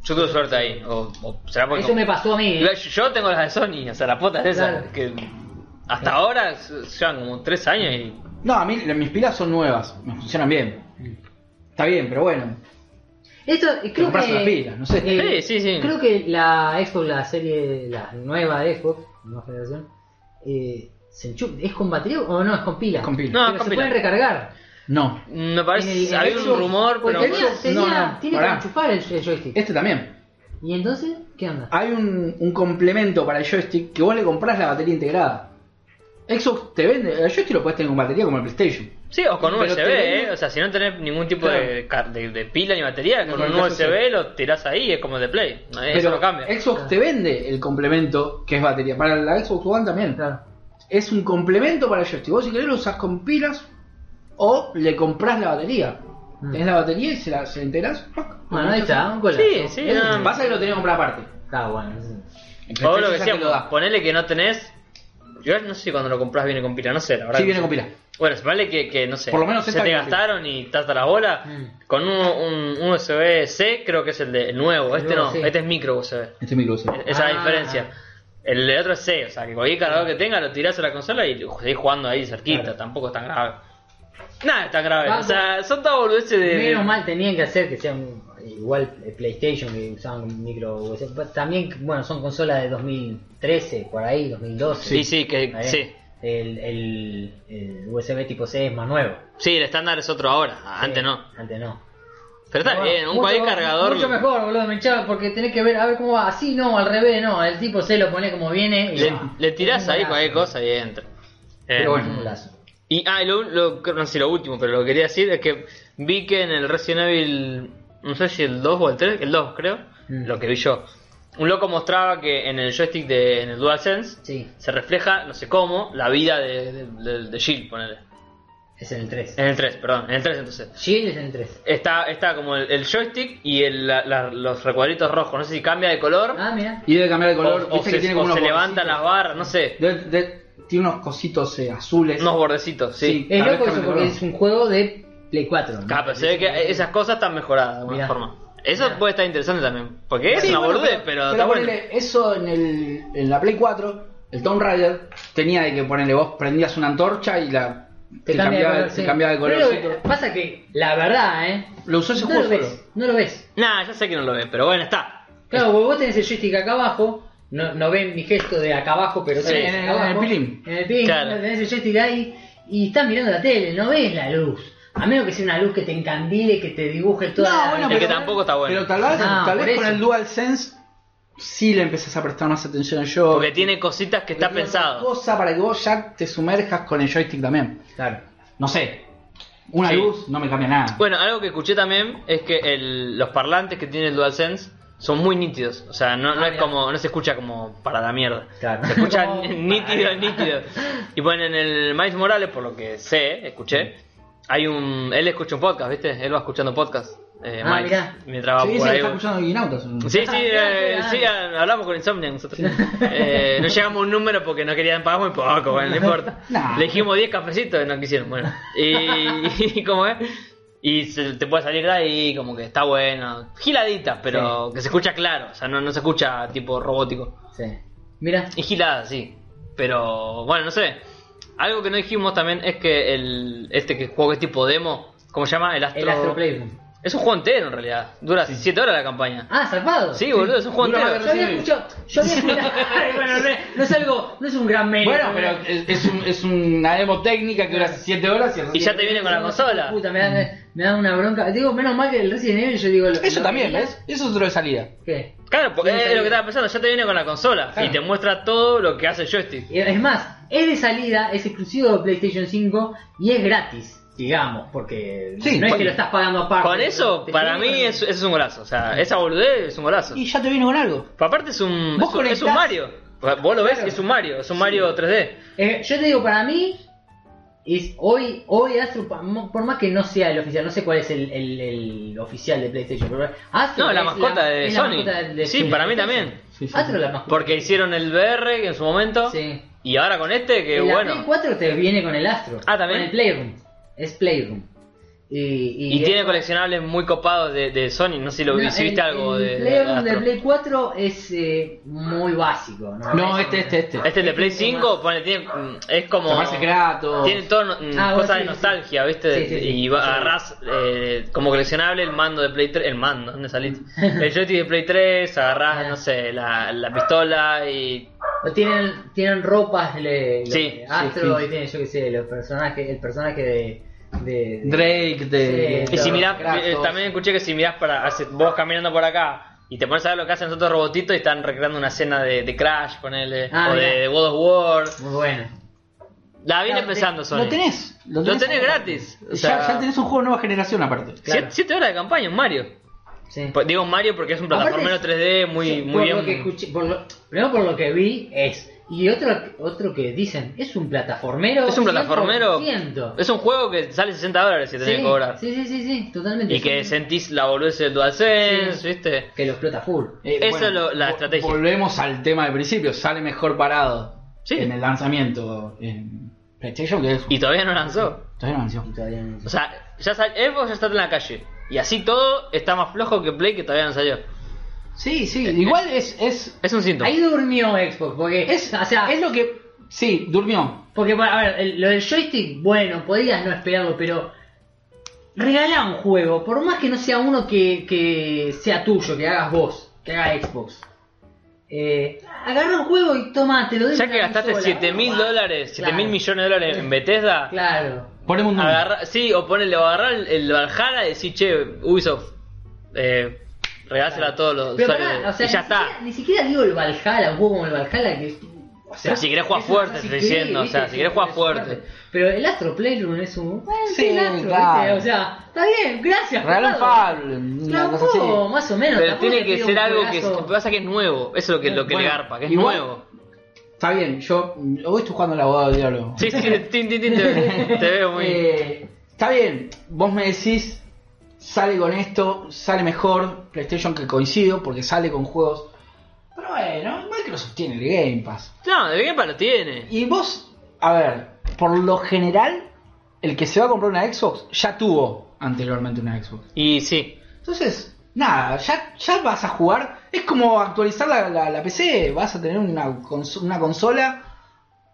Yo tuve suerte ahí, o, o será porque...
Eso me pasó a mí.
Yo- Yo tengo las de Sony, o sea, la puta es esa.
Claro.
Que hasta ahora s- llevan como tres años y.
No, a mí mis pilas son nuevas, me funcionan bien. Está bien, pero bueno,
Esto eh, creo
compras
que
las pilas, no sé.
eh,
Sí, sí, sí.
Creo que la Xbox, la serie, la nueva de Xbox, nueva generación, eh, se enchufa- ¿es con batería o no? Es con pilas.
Es con pilas.
No, es
Pero
con
se
pilas.
pueden recargar.
No,
Me
En el-
parece.
en
Eh,
había
el
un
Xbox,
rumor,
porque
pero.
tenía,
Xbox,
tenía-
no, no,
tiene
pará.
para enchufar el, el joystick.
este también.
¿Y entonces qué onda?
Hay un, un complemento para el joystick que vos le compras la batería integrada. Xbox te vende, el joystick lo puedes tener con batería como el PlayStation.
Sí, o con
Pero
USB,
te venden-
¿eh? O sea, si no tenés ningún tipo
Claro.
de, car- de, de pila ni batería,
No,
con
no,
un
eso
USB
sí.
lo tirás ahí, es como de Play. Eso
Pero
no cambia.
Xbox te vende el complemento que es batería. Para la Xbox One también.
Claro.
Es un complemento para el joystick. Vos si querés lo usás con pilas o le comprás la batería.
Mm.
Tenés la batería y se la, se la integrás. ¡pac!
Bueno, ahí está, un golazo.
Sí, sí, no.
Pasa que lo tenés que comprar aparte.
Está bueno. sí.
O lo que
Entonces, ya te lo
decíamos,
da.
ponele que no tenés. Yo no sé si cuando lo compras viene con pila, no sé, la verdad.
Sí,
que
viene
no
con
sé.
pila.
Bueno, se vale que, que, no sé,
Por lo menos
se
esta
te
viene con pila.
gastaron y estás a la bola.
Mm.
Con un, un- un USB-C, creo que es el, de, el nuevo.
El
este
nuevo,
no,
sí.
este es micro USB.
Este es mi luz.
Esa es la
Ah.
diferencia. El de otro es C, o sea, que cualquier cargador que tenga lo tirás a la consola y seguís jugando ahí cerquita,
Claro.
tampoco es tan grave. Nada es tan grave,
Vamos.
o sea, son todas boludeces de...
Menos mal tenían que hacer que sea un- igual eh, PlayStation que usaban un micro USB. Pues También, bueno, son consolas de 2013, por ahí, 2012.
Sí, sí, que-
Está bien.
sí.
¿Eh? El, el- el USB tipo C es más nuevo.
Sí, el estándar es otro ahora, antes
Sí,
no.
Antes no.
Pero está
Bueno,
bien, un
mucho-
cualquier cargador...
Mucho mejor, boludo, me echaba porque tenés que ver, a ver cómo va. Así no, al revés no. El tipo C lo pone como viene y.
Le,
va.
le tirás
Es un
ahí
golazo,
cualquier cosa y entra. Eh,
Pero
Es un
bueno,
golazo.
Y, ah, y lo, lo- no sé si lo último, pero lo que quería decir es que vi que en el Resident Evil, no sé si el 2 o el 3, el 2 creo,
Mm.
lo que vi yo, un loco mostraba que en el joystick de en el DualSense
Sí,
se refleja, no sé cómo, la vida de, de, de- de Jill, ponele.
es en el 3.
En el 3, perdón, en el 3 entonces.
Shield es en el 3.
Está, está como el, el joystick y el- la- la- los recuadritos rojos, no sé si cambia de color
Ah, mira.
y debe cambiar el color.
o, o
Viste
se,
que tiene
o
como unos
se
bordecitos.
levantan las barras, no sé,
Debe- debe- tiene unos cositos eh, azules.
unos bordecitos, sí.
Es
Tal vez
loco eso
cambie de
porque
color.
es un juego de Play 4. ¿no?
Ah, pero se ve que esas cosas están mejoradas de alguna
Mirá.
forma. Eso
Mirá.
puede estar interesante también. Porque es
Sí,
una
bueno,
boludez, pero, está bueno.
ponele, eso en, el, en la Play 4, el Tomb Raider, tenía de que ponerle vos prendías una antorcha y la
Te
se
cambia de
cambiaba,
color,
se
sí.
cambiaba de
Pero lo que
colorcito.
pasa que, la verdad, ¿eh?
Lo usó ese
No
juego
lo
solo.
ves, no lo ves.
Nah, ya sé que no lo ves, pero bueno, está.
Claro, porque vos tenés el joystick acá abajo. No, no ven mi gesto de acá abajo, pero
Sí,
tenés
en el-
acá
en el
abajo.
pilín.
En el pilín,
Claro.
tenés el joystick ahí y estás mirando la tele, no ves la luz. A menos que sea una luz que te encandile, que te dibuje toda la...
bueno, Es que tampoco está bueno.
Pero tal vez,
No,
tal
Ah, por
vez con
eso.
el DualSense sí le empezás a prestar más atención al juego.
Porque tiene cositas que está
Porque tiene otra
pensado.
cosa para que vos ya te sumerjas con el joystick también.
Claro.
No sé, una
Sí.
luz no me cambia nada.
Bueno, algo que escuché también es que el- los parlantes que tiene el DualSense son muy nítidos. O sea, no, no
Ah,
es
mirá.
como, no se escucha como para la mierda.
Claro.
Se escucha
Como para-
nítido, nítido. Y bueno, en el Miles Morales, por lo que sé, escuché, hay un. Él escucha un podcast, ¿viste? Él va escuchando podcast. Eh,
Ah,
Miles,
mirá.
mientras va
sí,
por
sí,
ahí.
está escuchando Guinautas.
Sí, sí,
Ah,
eh,
claro,
sí,
claro.
ah, hablamos con Insomnia nosotros. Eh, no llegamos a un número porque no querían pagar muy poco, bueno, no importa.
Nah.
Le dijimos 10 cafecitos y no quisieron, bueno. Y, y como es, y se- te puede salir de ahí, como que está bueno. Giladita, pero que se escucha claro, o sea, no, no se escucha tipo robótico.
Sí. Mira.
Y gilada, sí. Pero bueno, no sé. Algo que no dijimos también es que el este que juego que es tipo demo, ¿cómo se llama? El Astro,
El Astro Playroom.
Es un juego entero en realidad. Dura 7 horas la campaña.
Ah, zarpado.
Sí, boludo, es un juego
Dura más
entero.
que
Yo había escuchado. Yo había escuchado. Ay, bueno, no, es- no es algo. No es un gran mérito.
Eh,
Bueno, pero es, es un- es una demo técnica que dura 7 horas y,
Y ya te viene con la consola.
Puta, me da, me da una bronca. Digo, menos mal que el Resident Evil yo digo. lo-
Eso
lo
también,
quería.
¿ves? Eso es otro de salida.
¿Qué?
Claro, porque
Sí,
es
está
lo que
bien.
estaba pensando, ya te viene con la consola
Claro.
y te muestra todo lo que hace el joystick.
Eh, Es más, es de salida, es exclusivo de PlayStation 5 y es gratis, digamos, porque
Sí,
no es
oye.
que lo estás pagando aparte.
Con eso,
Ah, Te
para
viene
mí,
con-
es, es un golazo. O sea, esa boludez es un golazo.
Y ya te viene con algo.
Pero aparte es un,
Vos
es un, es un
conectás-
Mario. Pues, Vos lo ves,
Claro.
es un Mario, es un Mario 3D.
Eh, yo te digo, para mí, es hoy, hoy Astro, pa- mo- por más que no sea el oficial, no sé cuál es el, el- el oficial de PlayStation, pero Astro
No, la
es
mascota de
es la
Sony.
mascota de-
Sí,
de-
para
de
mí
PlayStation.
también.
Sí, sí,
Astro
sí.
es la mascota.
Porque hicieron el VR en su momento.
Sí.
Y ahora con este, que
En la
bueno.
Play 4 te viene con el Astro.
Ah, ¿también?
Con el Playroom. Es Playroom. Y, y-
Y tiene coleccionables muy copados de, de Sony. No sé si, lo,
No,
si viste
el-
algo
el
de. de
Playroom de
Astro.
Play 4 es eh, muy básico. No,
No,
Es-
este, este, este.
Ah, Este el de Play
Este es
5 pone, tiene, mm, es como.
Llamarse Kratos.
Tiene todo no- mm,
Ah, bueno,
cosas
sí,
de
sí.
nostalgia, ¿viste?
Sí, sí, sí.
Y va- agarrás eh, como coleccionable el mando de Play 3. El mando, ¿dónde saliste? El joystick de Play 3, agarrás,
Ah.
no sé, la, la pistola y.
O Tienen, tienen ropas le, los-
Sí,
Astro
sí, sí.
y tienen, yo qué sé, los personajes, el personaje de. de- de-
Drake, este, de.
Sí,
Y si
Claro,
mirás,
Kratos.
eh, también escuché que si mirás para. hace- vos caminando por acá Y te pones a ver lo que hacen los otros robotitos y están recreando una escena de, de Crash, ponele,
Ah,
o de,
mirá.
de God of War.
Muy bueno.
La viene
Claro,
empezando Sony.
Lo tenés. Lo
Lo
tenés,
tenés gratis. O
Ya,
sea,
ya tenés un juego de nueva generación aparte.
siete-
claro.
siete horas de campaña, un Mario.
Sí.
Pues Digo Mario porque es un
Aparte
plataformero
es-
3D muy,
Sí,
muy
por
bien.
Lo que escuché, por lo- primero por lo que vi es. Y otro, otro que dicen, es un plataformero.
es un plataformero.
100%.
Es un juego que sale 60 dólares si tenés
sí,
que cobrar.
sí, sí, sí, sí, totalmente.
Y que
Sí.
sentís la boludez del DualSense,
Sí.
¿viste?
que lo explota full.
Eh,
Eso es lo- la
vo-
estrategia.
Volvemos al tema del principio. Sale mejor parado
Sí.
en el lanzamiento en PlayStation que es.
Y todavía no lanzó.
Todavía no anunció.
Y todavía no
O sea, ya sal- Xbox ya está en la calle. Y así todo está más flojo que Play que todavía no salió.
Sí,
Eh,
sí. Igual es, es,
Es un síntoma.
Ahí durmió Xbox, porque
es.
o sea,
es lo que. Sí, durmió.
porque bueno, a ver, el- lo del joystick, bueno, podías no esperarlo, pero regalá un juego, por más que no sea uno que, que sea tuyo, que hagas vos, que haga Xbox. Eh, agarra un juego y toma, te lo doy
Ya
en
que
la
gastaste
consola.
7 mil
Guau.
dólares, 7 mil
Claro.
millones de dólares en Bethesda,
Claro.
Ponemos un número.
agarra- sí, o ponele, o agarrar el, el Valhalla y decir, che, Ubisoft, eh, regálsela a todos los
Pero
usuarios
pará,
de-
o sea,
y ya
ni,
está.
Siquiera, ni siquiera digo el Valhalla, un juego como el Valhalla que. O sea,
Pero si querés jugar
es una
fuerte,
Assassin's
estoy
Creed,
diciendo, o
¿viste?
sea, si querés jugar
es
fuerte.
Pero el Astro Playroom es un. Bueno,
Sí,
sí, el Astro,
claro.
¿viste? O sea, está bien, gracias.
Regalan
Ricardo.
Pablo, una
Claro, un
cosa así.
poco, más o menos.
Pero
tampoco
tiene
te
que
pido
ser
un
algo que,
juegazo.
que pasa que es nuevo. Eso es lo que, lo que
Bueno,
le garpa, que es
igual-
nuevo.
Está bien, yo. Hoy estoy jugando al abogado del diablo.
Sí, sí, tin, tin, tin, te, veo- te veo muy.
Eh, está bien, vos me decís, sale con esto, sale mejor PlayStation que coincido porque sale con juegos. Pero bueno, Microsoft tiene el Game Pass.
No, de Game Pass lo tiene.
Y vos, a ver, por lo general, el que se va a comprar una Xbox ya tuvo anteriormente una Xbox.
Y sí.
Entonces, nada, ya, ya vas a jugar. Es como actualizar la, la- la PC, vas a tener una, cons- una consola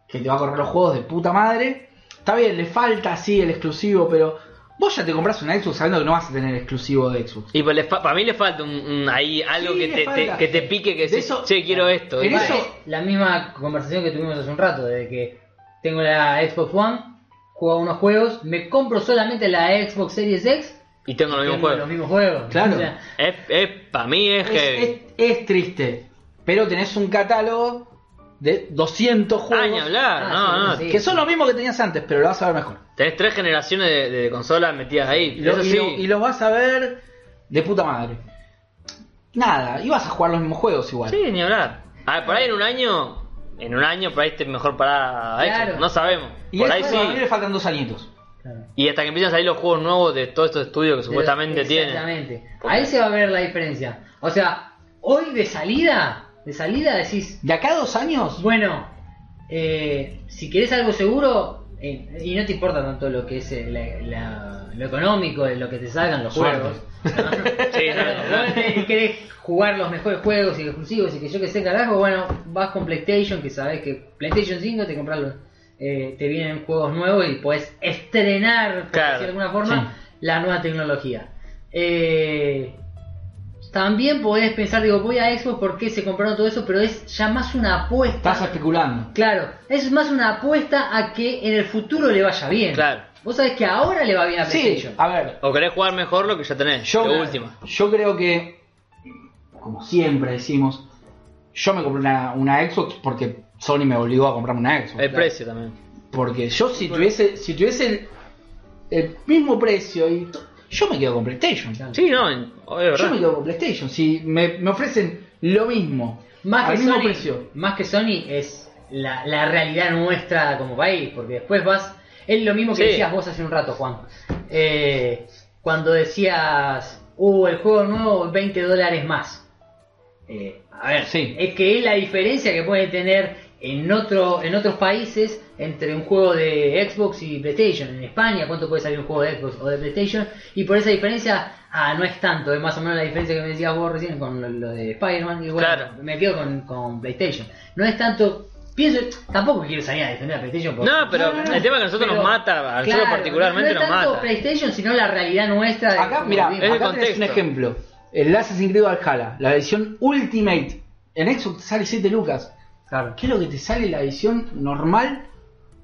que te va a correr los juegos de puta madre. Está bien, le falta así el exclusivo, pero vos ya te compras una Xbox sabiendo que no vas a tener exclusivo de Xbox.
Y pues le fa- para mí le falta un, un- ahí algo
Sí,
que,
le
te, te-
falta.
que te pique, que
De
decís,
eso-
che, quiero esto.
en
Y-
Vale,
eso-
eh, La misma conversación que tuvimos hace un rato, de que tengo la Xbox One, juego a unos juegos, me compro solamente la Xbox Series X.
Y tengo los mismos
tengo Los
juegos.
mismos juegos.
Claro.
O sea,
Es, es- para mí es,
Es,
heavy.
es- es triste, pero tenés un catálogo de 200
Ah,
juegos
ni hablar,
Ah,
no, no.
sí, sí.
que son los mismos que tenías antes, pero lo vas a ver mejor.
Tenés tres generaciones de, de consolas metidas ahí.
Y, lo-
eso
y
sí.
lo- y los vas a ver de puta madre. Nada, y vas a jugar los mismos juegos igual.
Sí, ni hablar. A ver, por ahí en un año. En un año, por ahí esté mejor parada Xbox,
Claro.
No sabemos.
Y
por
a
ahí
eso a mí le
sí.
faltan dos añitos.
claro.
Y hasta que empiezan a salir los juegos nuevos de todos estos estudios que supuestamente tienen.
Exactamente. Ahí se va a ver la diferencia. O sea, hoy de salida, de salida decís,
De acá a dos años,
bueno, eh, si querés algo seguro, eh, y no te importa tanto lo que es eh, la- la- lo económico, de lo que te salgan los
Suerte.
juegos.
Sí, no, no.
Vos te- querés jugar los mejores juegos y exclusivos y que yo que sé carajo, bueno, vas con PlayStation, que sabes que PlayStation 5 te compras los, eh, te vienen juegos nuevos y podés estrenar, por
Claro,
decirlo de alguna forma, la nueva tecnología. Eh, también podés pensar, digo, voy a Xbox porque se compraron todo eso, pero es ya más una
estás
apuesta.
especulando.
Claro, es más una apuesta a que en el futuro le vaya bien.
Claro.
Vos sabés que ahora le va bien a
Sí,
PlayStation.
a ver,
O querés jugar mejor lo que ya tenés.
yo,
de última.
yo creo que, como siempre decimos, yo me compré una, una Xbox porque Sony me obligó a comprarme una Xbox.
El precio también.
Porque yo si tuviese, si tuviese el, el mismo precio, y to- yo me quedo con PlayStation.
Claro.
Sí, no, en- obvio,
Yo me
verdad.
quedo con PlayStation. Si me, me ofrecen lo mismo,
Más
al
que,
mismo
Sony,
precio.
más que Sony es la, la realidad nuestra como país, porque después vas... Es lo mismo que
Sí.
decías vos hace un rato, Juan. Eh, cuando decías, uh, el juego nuevo, 20 dólares más. Eh, a ver,
Sí.
es que es la diferencia que puede tener en, otro, en otros países entre un juego de Xbox y PlayStation. En España, ¿cuánto puede salir un juego de Xbox o de PlayStation? Y por esa diferencia, ah, no es tanto, es más o menos la diferencia que me decías vos recién con lo, lo de Spider-Man. Y bueno,
Claro.
me quedo con, con PlayStation. No es tanto. Pienso, tampoco quiero salir a defender a PlayStation. porque-
No, pero el tema que a nosotros nos
pero-
mata, a nosotros
Claro,
particularmente
no es
nos
tanto
mata. Eh,
PlayStation, sino la realidad nuestra. de
Acá,
cómo
mira,
vivimos.
Es el
acá tenés un
contexto.
ejemplo. El Assassin's Creed Valhalla, la edición Ultimate. En Xbox te sale 7 lucas.
Claro,
¿Qué es lo que te sale la edición normal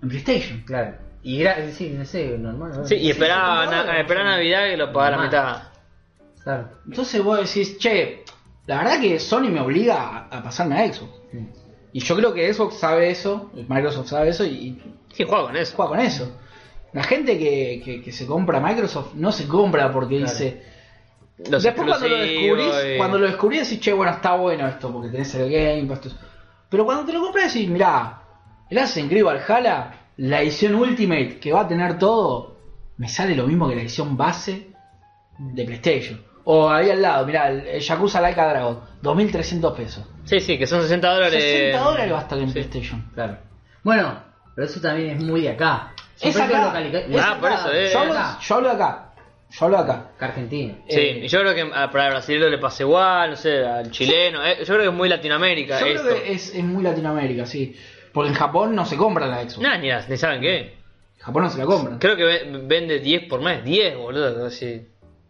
en PlayStation?
claro. Y gra- sí, no sé, normal. ¿no?
Sí, y esperaba,
sí,
na-
sí.
esperaba Navidad que lo pagara la
Normal.
mitad.
Claro.
Entonces vos decís, che, La verdad que Sony me obliga a, a pasarme a Xbox. Y yo creo que Xbox sabe eso, Microsoft sabe eso y, y
Sí, juega con eso.
juega con eso. La gente que, que- que se compra Microsoft no se compra porque
Claro.
dice.
Los
Después cuando lo
exclusivos
descubrís,
y-
cuando lo descubrís decís, che, bueno, está bueno esto, porque tenés el game, Pass, todo eso". Pero cuando te lo compras decís, mirá, el Assassin's Creed Valhalla, la edición Ultimate, que va a tener todo, me sale lo mismo que la edición base de PlayStation. O ahí al lado, mirá, el el Yakuza Laika Dragon, 2.300 pesos.
Sí, sí, que son 60 dólares.
60 dólares va a estar en
Sí.
PlayStation.
Claro. Bueno, pero eso también es muy de acá.
Es
Siempre
acá.
hay que localica-
Ah, por eso, eh.
es
Yo hablo,
acá.
yo hablo de acá, yo hablo de acá.
Acá Argentina.
Sí,
Eh,
y yo creo que a- para el brasileño le pasa igual, no sé, al chileno. eh, yo creo que es muy Latinoamérica
Yo
esto.
creo que es, es muy Latinoamérica, sí. Porque en Japón no se compra la Xbox.
Nah, ni, ni saben qué.
En Japón no se la compran.
Creo que ve- vende 10 por mes, 10, boludo. así.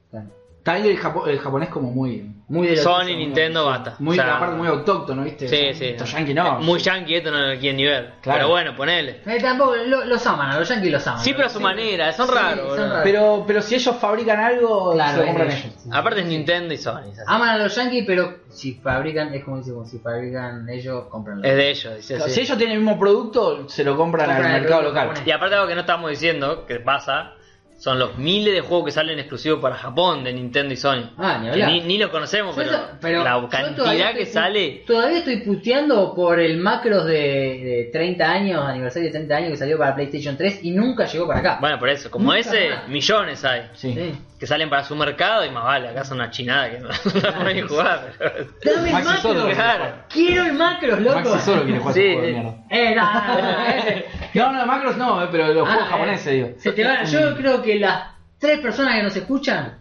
Claro.
También el, japo- el japonés como muy...
Muy de lo
Sony, Nintendo, basta.
Muy,
O sea,
aparte muy autóctono, ¿viste?
Sí, sí.
Estos yankees no.
Muy yankee, esto no lo quieren ni ver.
Claro.
Pero bueno, ponele.
Eh, tampoco, lo- los aman, a los yankees los aman.
Sí, pero a su manera, son raros,
son
boludo.
Pero, pero si ellos fabrican algo,
Claro,
se lo compran
es-
ellos.
Aparte es Nintendo y Sony. es así.
Aman a los yankees, pero si fabrican, es como dice, como si fabrican ellos, compran.
Es de ellos, dice así.
Si ellos tienen el mismo producto, se lo compran,
Compran
al
el
mercado
producto
local.
japonés.
Y aparte algo que no estamos diciendo, que pasa, son los miles de juegos que salen exclusivos para Japón de Nintendo y Sony.
Ah, ni
Que
hablar.
ni, ni los conocemos,
Yo
pero,
eso- pero
la
yo todavía
cantidad
estoy
que
pu-
sale...
Todavía estoy puteando por el Macros de, de 30 años, aniversario de 30 años que salió para PlayStation 3 y nunca llegó para acá.
Bueno, por eso, como
Nunca
ese,
más.
millones hay.
Sí.
Sí.
Que salen para su mercado y más vale, acá son una chinada que no la pueden jugar.
Dame el
Maxi
Macros.
solo quiere
claro.
jugar.
Quiero el Macros, loco.
Maxi solo quiere jugar
Sí,
ese juego de
sí.
mierda.
Eh, no, no, no, ese-
No, no, macros no, eh, pero los
Ah,
juegos
eh.
japoneses, digo. Mm.
Se te van, yo creo que las tres personas que nos escuchan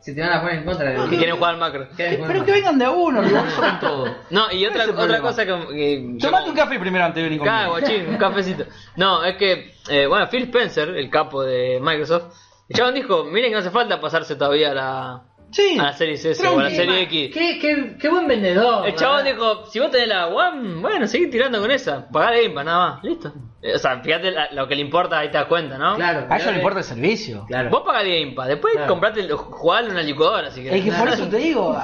se te van a poner en contra de lo
Que quieren jugar al macro.
quieren jugar
Pero
más.
que vengan de a uno, que son todos.
No, y otra,
Ese es el
otra
problema.
cosa que... que yo-
Tomate un café primero antes de venir
Cada
conmigo.
guachín, un cafecito. No, es que, eh, bueno, Phil Spencer, el capo de Microsoft, el chabón dijo, miren que no hace falta pasarse todavía a la,
Sí.
a la serie S o a
Tranqui.
la serie X.
Qué, qué- qué buen vendedor.
El chabón
¿verdad?
dijo, si vos tenés la One, bueno, seguí tirando con esa, pagar Game Pass, nada más, listo. Eh, O sea, fíjate la- lo que le importa, ahí te das cuenta, ¿no?
Claro.
A ellos le importa el servicio.
Claro.
Vos pagás el Game Pass, después
Claro.
comprate, el- jugalo en una licuadora, si
Es
querés.
que por eso te digo.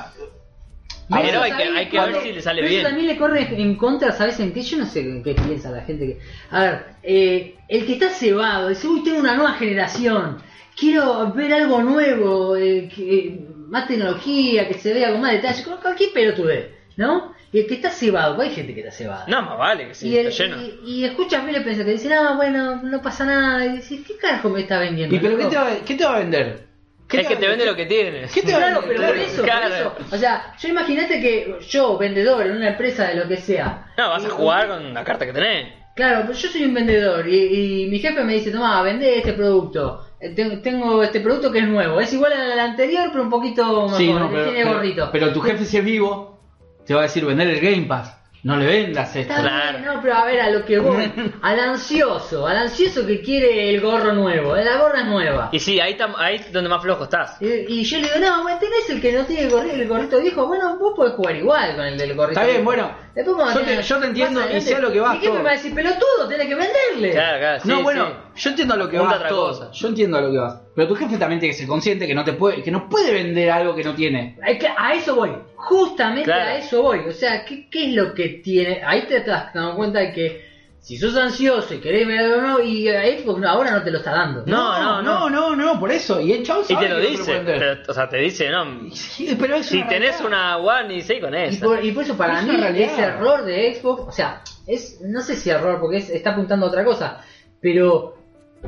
Pero
Eso
hay que-
también
hay que
le
ver
corre-
si le sale
pero eso
bien.
también le corre en contra, ¿sabes en qué? Yo no sé en qué piensa la gente. que A ver, eh, el que está cebado, dice, uy, tengo una nueva generación, quiero ver algo nuevo, eh, que- eh, más tecnología, que se vea con más detalle, con cualquier pelotudez, ¿no? Y el que está cebado, pues hay gente que está cebada.
No, más vale, que sí,
y, el-
está lleno.
y, y escuchas Mele Pensa que dice, ah, bueno, no pasa nada. Y dices, ¿qué carajo me está vendiendo?
¿Y pero qué
loco?".
te, va, qué te va a vender? ¿Qué
Es que
va
te
a-
vende lo que tienes.
¿Qué te va a
Claro,
vender?
pero por eso, por
Claro.
eso. O sea, yo imagínate que yo, vendedor en una empresa de lo que sea.
No, vas
y-
a jugar con la carta que tenés.
Claro, pero yo soy un vendedor y, y mi jefe me dice, toma, vende este producto. Eh, ten- Tengo este producto que es nuevo. Es igual al anterior, pero un poquito mejor.
Sí, no,
que
pero,
tiene
pero-
gorrito.
pero tu jefe si es vivo, te va a decir vender el Game Pass. No le vendas esto.
Está
Claro.
bien, no, pero a ver, a lo que voy. al ansioso, al ansioso que quiere el gorro nuevo. eh, La gorra es nueva.
Y sí, ahí, tam- ahí es donde más flojo estás.
Y, y yo le digo, no, bueno, tenés el que no tiene el gorrito, el gorrito viejo, bueno, vos podés jugar igual con el del gorrito.
Está bien,
viejo.
bueno,
Después cuando
yo te-
tengas-
yo te entiendo
más
y
adelante,
sé a lo que vas,
Mi jefe
todo.
me va a decir, pelotudo, tenés que venderle.
Claro, claro, sí,
no, bueno,
sí.
yo entiendo a lo que
Ponte
vas.
otra
todo.
cosa.
Yo entiendo a lo que vas. Pero tu jefe también tiene que ser consciente que no te puede, que no puede vender algo que no tiene.
Es que a eso voy, justamente
Claro.
a eso voy. O sea, ¿qué, ¿qué es lo que tiene? Ahí te estás dando cuenta de que si sos ansioso y querés ver algo nuevo, y eh, Xbox no, ahora no te lo está dando.
No, no,
no, no, no, por eso. Y el chavo
Y
sabe
te lo
que no
dice,
puede vender.
te- o sea, te dice, no,
Sí, pero es
si
una
tenés
realidad.
una One y seguí con
Y
esa.
por, y por eso para
Es
mí
una realidad.
ese error de Xbox, o sea, es no sé si error porque es- está apuntando a otra cosa, pero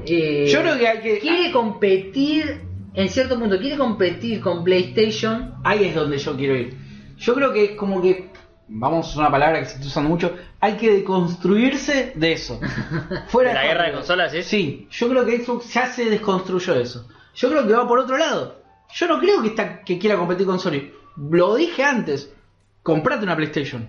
eh,
Yo creo que hay que.
quiere competir en cierto punto, quiere competir con PlayStation.
Ahí es donde yo quiero ir. Yo creo que es como que, vamos, es una palabra que se está usando mucho, hay que deconstruirse de eso. Fuera
¿De la guerra de
Hollywood.
consolas, sí?
Sí, yo creo que Xbox ya se desconstruyó eso. Yo creo que va por otro lado. Yo no creo que, está, que quiera competir con Sony. Lo dije antes, comprate una PlayStation.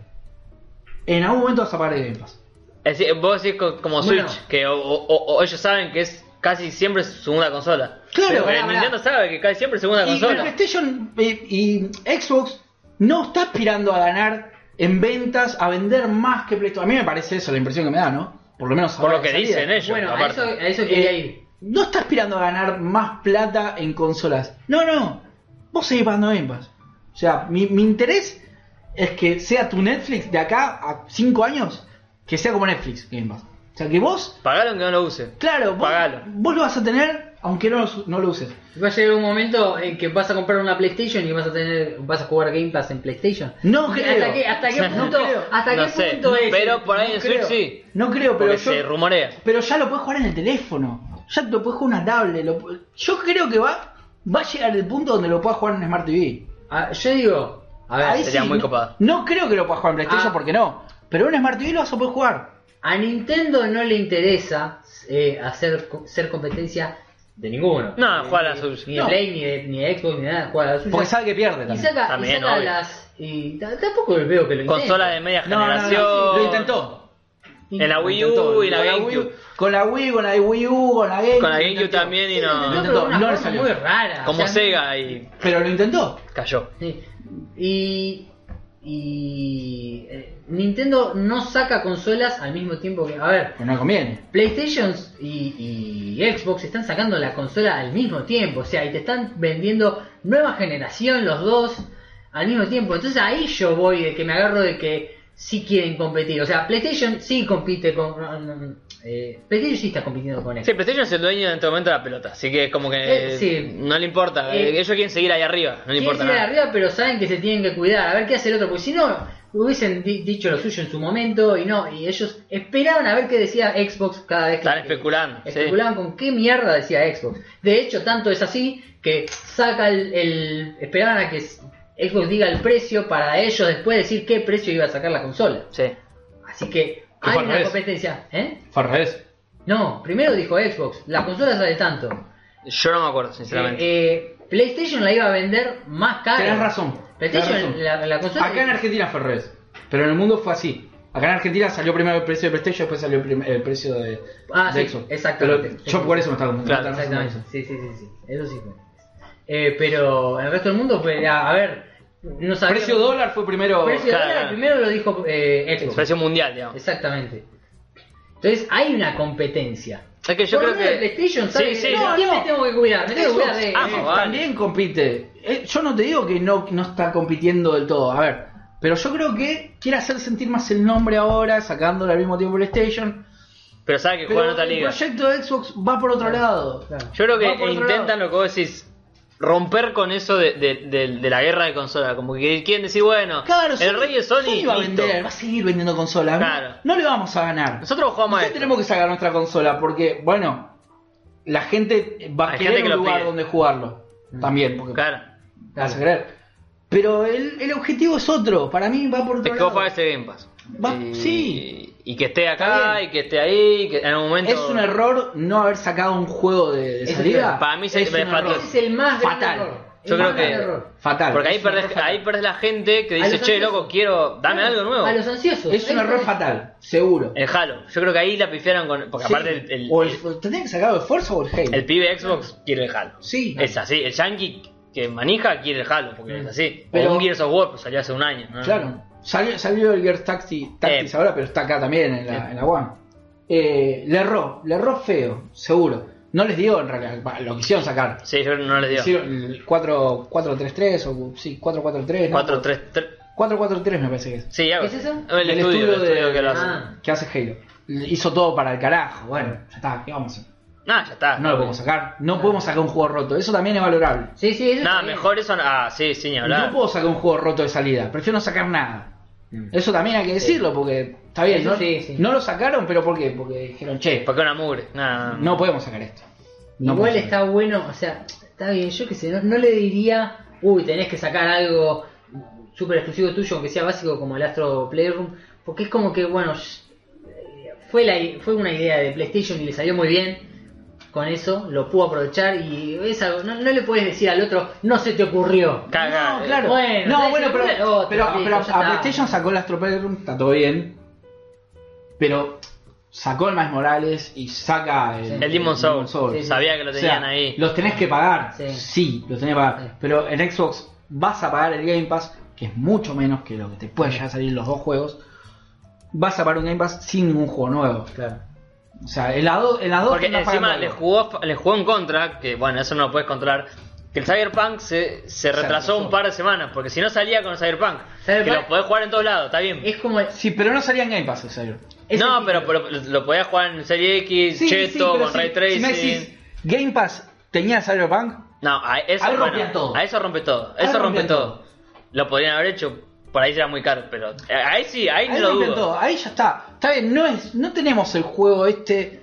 En algún momento vas a pagar el Game Pass.
Es decir, vos decís co- como Switch,
Bueno.
que o, o- o- o ellos saben que es casi siempre su segunda consola.
Claro,
Pero
pará,
el
pará.
Nintendo sabe que casi siempre es segunda
Y el
consola.
PlayStation eh, y Xbox no está aspirando a ganar en ventas, a vender más que PlayStation. A mí me parece eso, la impresión que me da, ¿no? Por lo menos
Por
ahora
lo que
de salida.
dicen ellos,
Bueno, a
aparte.
eso, a eso quería
Eh,
ir.
no está aspirando a ganar más plata en consolas. No, no. Vos seguís pagando Game Pass. O sea, mi, mi interés es que sea tu Netflix de acá a 5 años, que sea como Netflix Game Pass. O sea, que vos,
Pagalo aunque no lo use.
claro, vos,
Pagalo.
vos lo vas a tener aunque no lo, no lo uses.
Va a llegar un momento en que vas a comprar una PlayStation y vas a tener vas a jugar Game Pass en PlayStation.
No
¿Hasta
creo.
qué, hasta qué
No
punto,
creo.
hasta
No
qué
sé,
punto es?
pero por ahí
No
en Switch
creo.
sí.
No creo, pero
Porque
yo,
se rumorea.
pero ya lo puedes jugar en el teléfono. Ya lo puedes jugar en una tablet. lo pu- yo creo que va, va a llegar el punto donde lo puedas jugar en Smart TV.
Ah, yo digo, a ver,
Ahí
sería muy
no-
copado.
No creo que lo puedas jugar en PlayStation
Ah.
porque no. Pero en Smart TV lo vas a poder jugar.
a Nintendo no le interesa eh, hacer co- ser competencia de ninguno.
No,
Ni-
juega a la
ni-
suya.
Ni de
No.
Play, ni de, ni de Xbox, ni nada, juega a la suya.
Porque sabe que pierde
y
también.
saca,
También,
y saca
obvio.
las. Y t- tampoco veo que lo intente.
Consolas de media
No, no, no,
generación.
Lo intentó.
Y-
en la Wii U
Intentó.
y la
Con
GameCube.
Wii U- Con la Wii, con la Wii U, con la GameCube.
Con la
lo
GameCube
intentó.
también y
No,
no.
intentó.
pero de una
no le
forma
salió.
muy rara.
Como
o sea,
Sega y
Pero lo intentó.
cayó.
Sí. Y. Y. eh, Nintendo no saca consolas al mismo tiempo que. A ver,
Pero no conviene.
PlayStation y, y Xbox están sacando la consola al mismo tiempo. O sea, y te están vendiendo nueva generación los dos al mismo tiempo. Entonces ahí yo voy de que me agarro de que sí quieren competir. O sea, PlayStation sí compite con. eh, PlayStation sí está compitiendo con Xbox.
Sí, PlayStation es el dueño en este momento de la pelota, así que es como que
Eh, sí.
no le importa.
Eh,
Ellos quieren seguir ahí arriba, no le
Quieren
importa
ir
nada.
arriba, pero saben que se tienen que cuidar, a ver qué hace el otro, porque si no, hubiesen di- dicho lo suyo en su momento y no, y ellos esperaban a ver qué decía Xbox cada vez que...
Están especulando. sí.
Especulaban con qué mierda decía Xbox. De hecho, tanto es así que saca el... el- esperaban a que s- Xbox diga el precio para ellos después decir qué precio iba a sacar la consola.
Sí.
Así que
fue
hay
al
una
revés.
competencia, ¿eh?
Fue al revés.
No, primero dijo Xbox, la consola sale tanto.
Yo no me acuerdo, sinceramente.
Eh, eh, PlayStation la iba a vender más
Ah,
cara.
eh,
Tenés razón.
PlayStation,
Tenés razón.
La, la consola.
Acá en Argentina fue al revés. Pero en el mundo fue así. Acá en Argentina salió primero el precio de PlayStation, después salió prim- el precio de,
Ah,
de
sí,
Xbox.
exactamente.
Pero yo por eso me estaba confundiendo.
Claro,
Estaba
Exactamente.
pensando
Sí, sí, sí, sí. Eso sí fue. Eh, pero el resto del mundo fue. A, a ver, no
eso.
sabía.
Precio dólar fue primero.
Precio de
Claro,
dólar,
claro.
primero lo dijo eh,
El
Xbox.
precio mundial, digamos.
Exactamente. Entonces hay una competencia.
Es que yo
Por
creo
lo menos
que.
de PlayStation sabe
Sí, sí.
de
No,
quién
no.
me tengo que cuidar. Me tengo que
Xbox
cuidar de.
Ah,
eh,
vale.
También compite. Eh, Yo no te digo que no, no está compitiendo del todo, a ver. Pero yo creo que quiere hacer sentir más el nombre ahora, sacándole al mismo tiempo PlayStation.
Pero sabe que
Pero
juega en otra
el
liga.
proyecto de Xbox va por otro lado.
Claro.
Yo creo
Va por
que
otro
intentan
lado.
lo que vos decís, romper con eso de, de- de- de la guerra de consola. Como que quieren decir, bueno,
Claro,
el rey es Sony.
Sony va a
listo.
vender, va a seguir vendiendo consolas. ¿no?
Claro.
No le vamos a ganar.
Nosotros jugamos a
Nosotros
esto.
tenemos que sacar nuestra consola porque, bueno, la gente va a
Hay
querer
gente que lo
un lugar
pide. Mm.
donde jugarlo. También, porque
Claro.
vas a querer. Pero el, el objetivo es otro. Para mí va por
Es
otro
que vos
lado.
pagás el Game Pass.
Va-
Y-
sí.
Y que esté
Está
acá,
bien.
y que esté ahí, que en algún momento.
Es un error no haber sacado un juego de, de
Eso
salida.
creo.
Para mí se-
es
me
un
faltó.
error.
Ese es el más grande
Fatal.
error.
Yo
El
creo
más grande
que-
error.
Fatal.
Porque ahí
Es un
perdés,
error fatal.
ahí perdés la gente que
A
dice,
los
che,
ansiosos.
loco, quiero, dame
Claro,
algo nuevo.
A los ansiosos.
Es un
Ahí
error
está.
fatal, seguro.
El Halo. Yo creo que ahí la pifiaron con. Eh, Porque
Sí.
aparte el, el,
o el, tenés que sacar el Forza o el Halo.
el pibe Xbox quiere el Halo.
Sí.
Es así. El Yankee que manija quiere el Halo, porque
Mm.
es así.
Pero-
o un Gears of War, pues salió hace un año. ¿no?
Claro. Salió, salió el Gear Taxi, Tactics
Eh.
ahora, pero está acá también en la, en la One. Eh, le erró, le erró feo, seguro. No les dio en realidad, va, lo quisieron sacar.
Sí, yo no les digo.
Hicieron el 4 4-3-3 o sí, 4-4-3.
4, 3, 3.
4-4-3 me parece que es.
Sí, algo
¿Qué es
así.
eso?
El, estudio, el estudio que lo hace.
ah.
que hace Halo. Le Hizo todo para el carajo, bueno, ya está, ¿qué vamos a hacer?
Nah, ya está.
No lo podemos sacar, no podemos sacar un juego roto, eso también es valorable.
Sí, sí, eso
Nada,
está bien.
mejor eso. no- Ah, sí, sí, ni hablar.
No puedo sacar un juego roto de salida, prefiero no sacar nada.
Mm.
Eso también hay que decirlo, porque está bien,
Eso
¿no?
sí, sí.
no lo sacaron, pero ¿por qué? Porque dijeron, che,
Porque una mugre. Nah,
no podemos sacar esto. No
Igual
podemos sacar
está bueno, o sea, está bien, yo qué sé, no, no le diría, uy, tenés que sacar algo súper exclusivo tuyo, aunque sea básico como el Astro Playroom, porque es como que, bueno, sh- eh, fue, la, i- fue una idea de PlayStation y le salió muy bien con eso, lo pudo aprovechar y es algo, no, no le puedes decir al otro, no se te ocurrió.
caga. eh.
esto. No, claro.
Bueno,
no,
tenés
bueno,
que
pero,
poner otro,
pero,
listo,
pero
ya está.
a PlayStation sacó el Astro Playroom, está todo bien. Pero sacó el Miles Morales y saca
Sí.
el,
El
Demon Soul.
Soul.
Sí, sí.
Sabía que lo
O sea,
tenían ahí.
Los tenés que pagar.
Sí.
Sí, los tenés que pagar.
Sí.
Pero en Xbox vas a pagar el Game Pass, que es mucho menos que lo que te puede llegar a salir los dos juegos. Vas a pagar un Game Pass sin ningún juego nuevo.
Claro.
O sea, en las dos. En las dos
Porque
estás
encima
pagando
le
algo.
jugó, le jugó en contra, que bueno, eso no lo puedes controlar. que el Cyberpunk se, se retrasó
retrasó.
un par de semanas, porque si no salía con Cyberpunk, que
Cyberpunk-
lo podés jugar en todos lados, está bien.
Es como.
Sí, pero no salía en Game Pass el Cyber.
es
no,
el-
pero, pero lo podías jugar en Serie X,
Sí, sí, sí,
Cheto,
pero
con
si-
Ray Tracing.
Si me decís, Game Pass tenía Cyberpunk,
No, a eso,
Ahí
bueno,
rompía todo.
a eso rompe todo.
Ahí
Eso rompe
rompía
todo.
todo.
Lo podrían haber hecho, por ahí será muy caro, pero eh, ahí sí, ahí, no
ahí
lo
rompen
dudo.
todo, ¿eh? ahí ya está. Está bien, no, es, no tenemos el juego este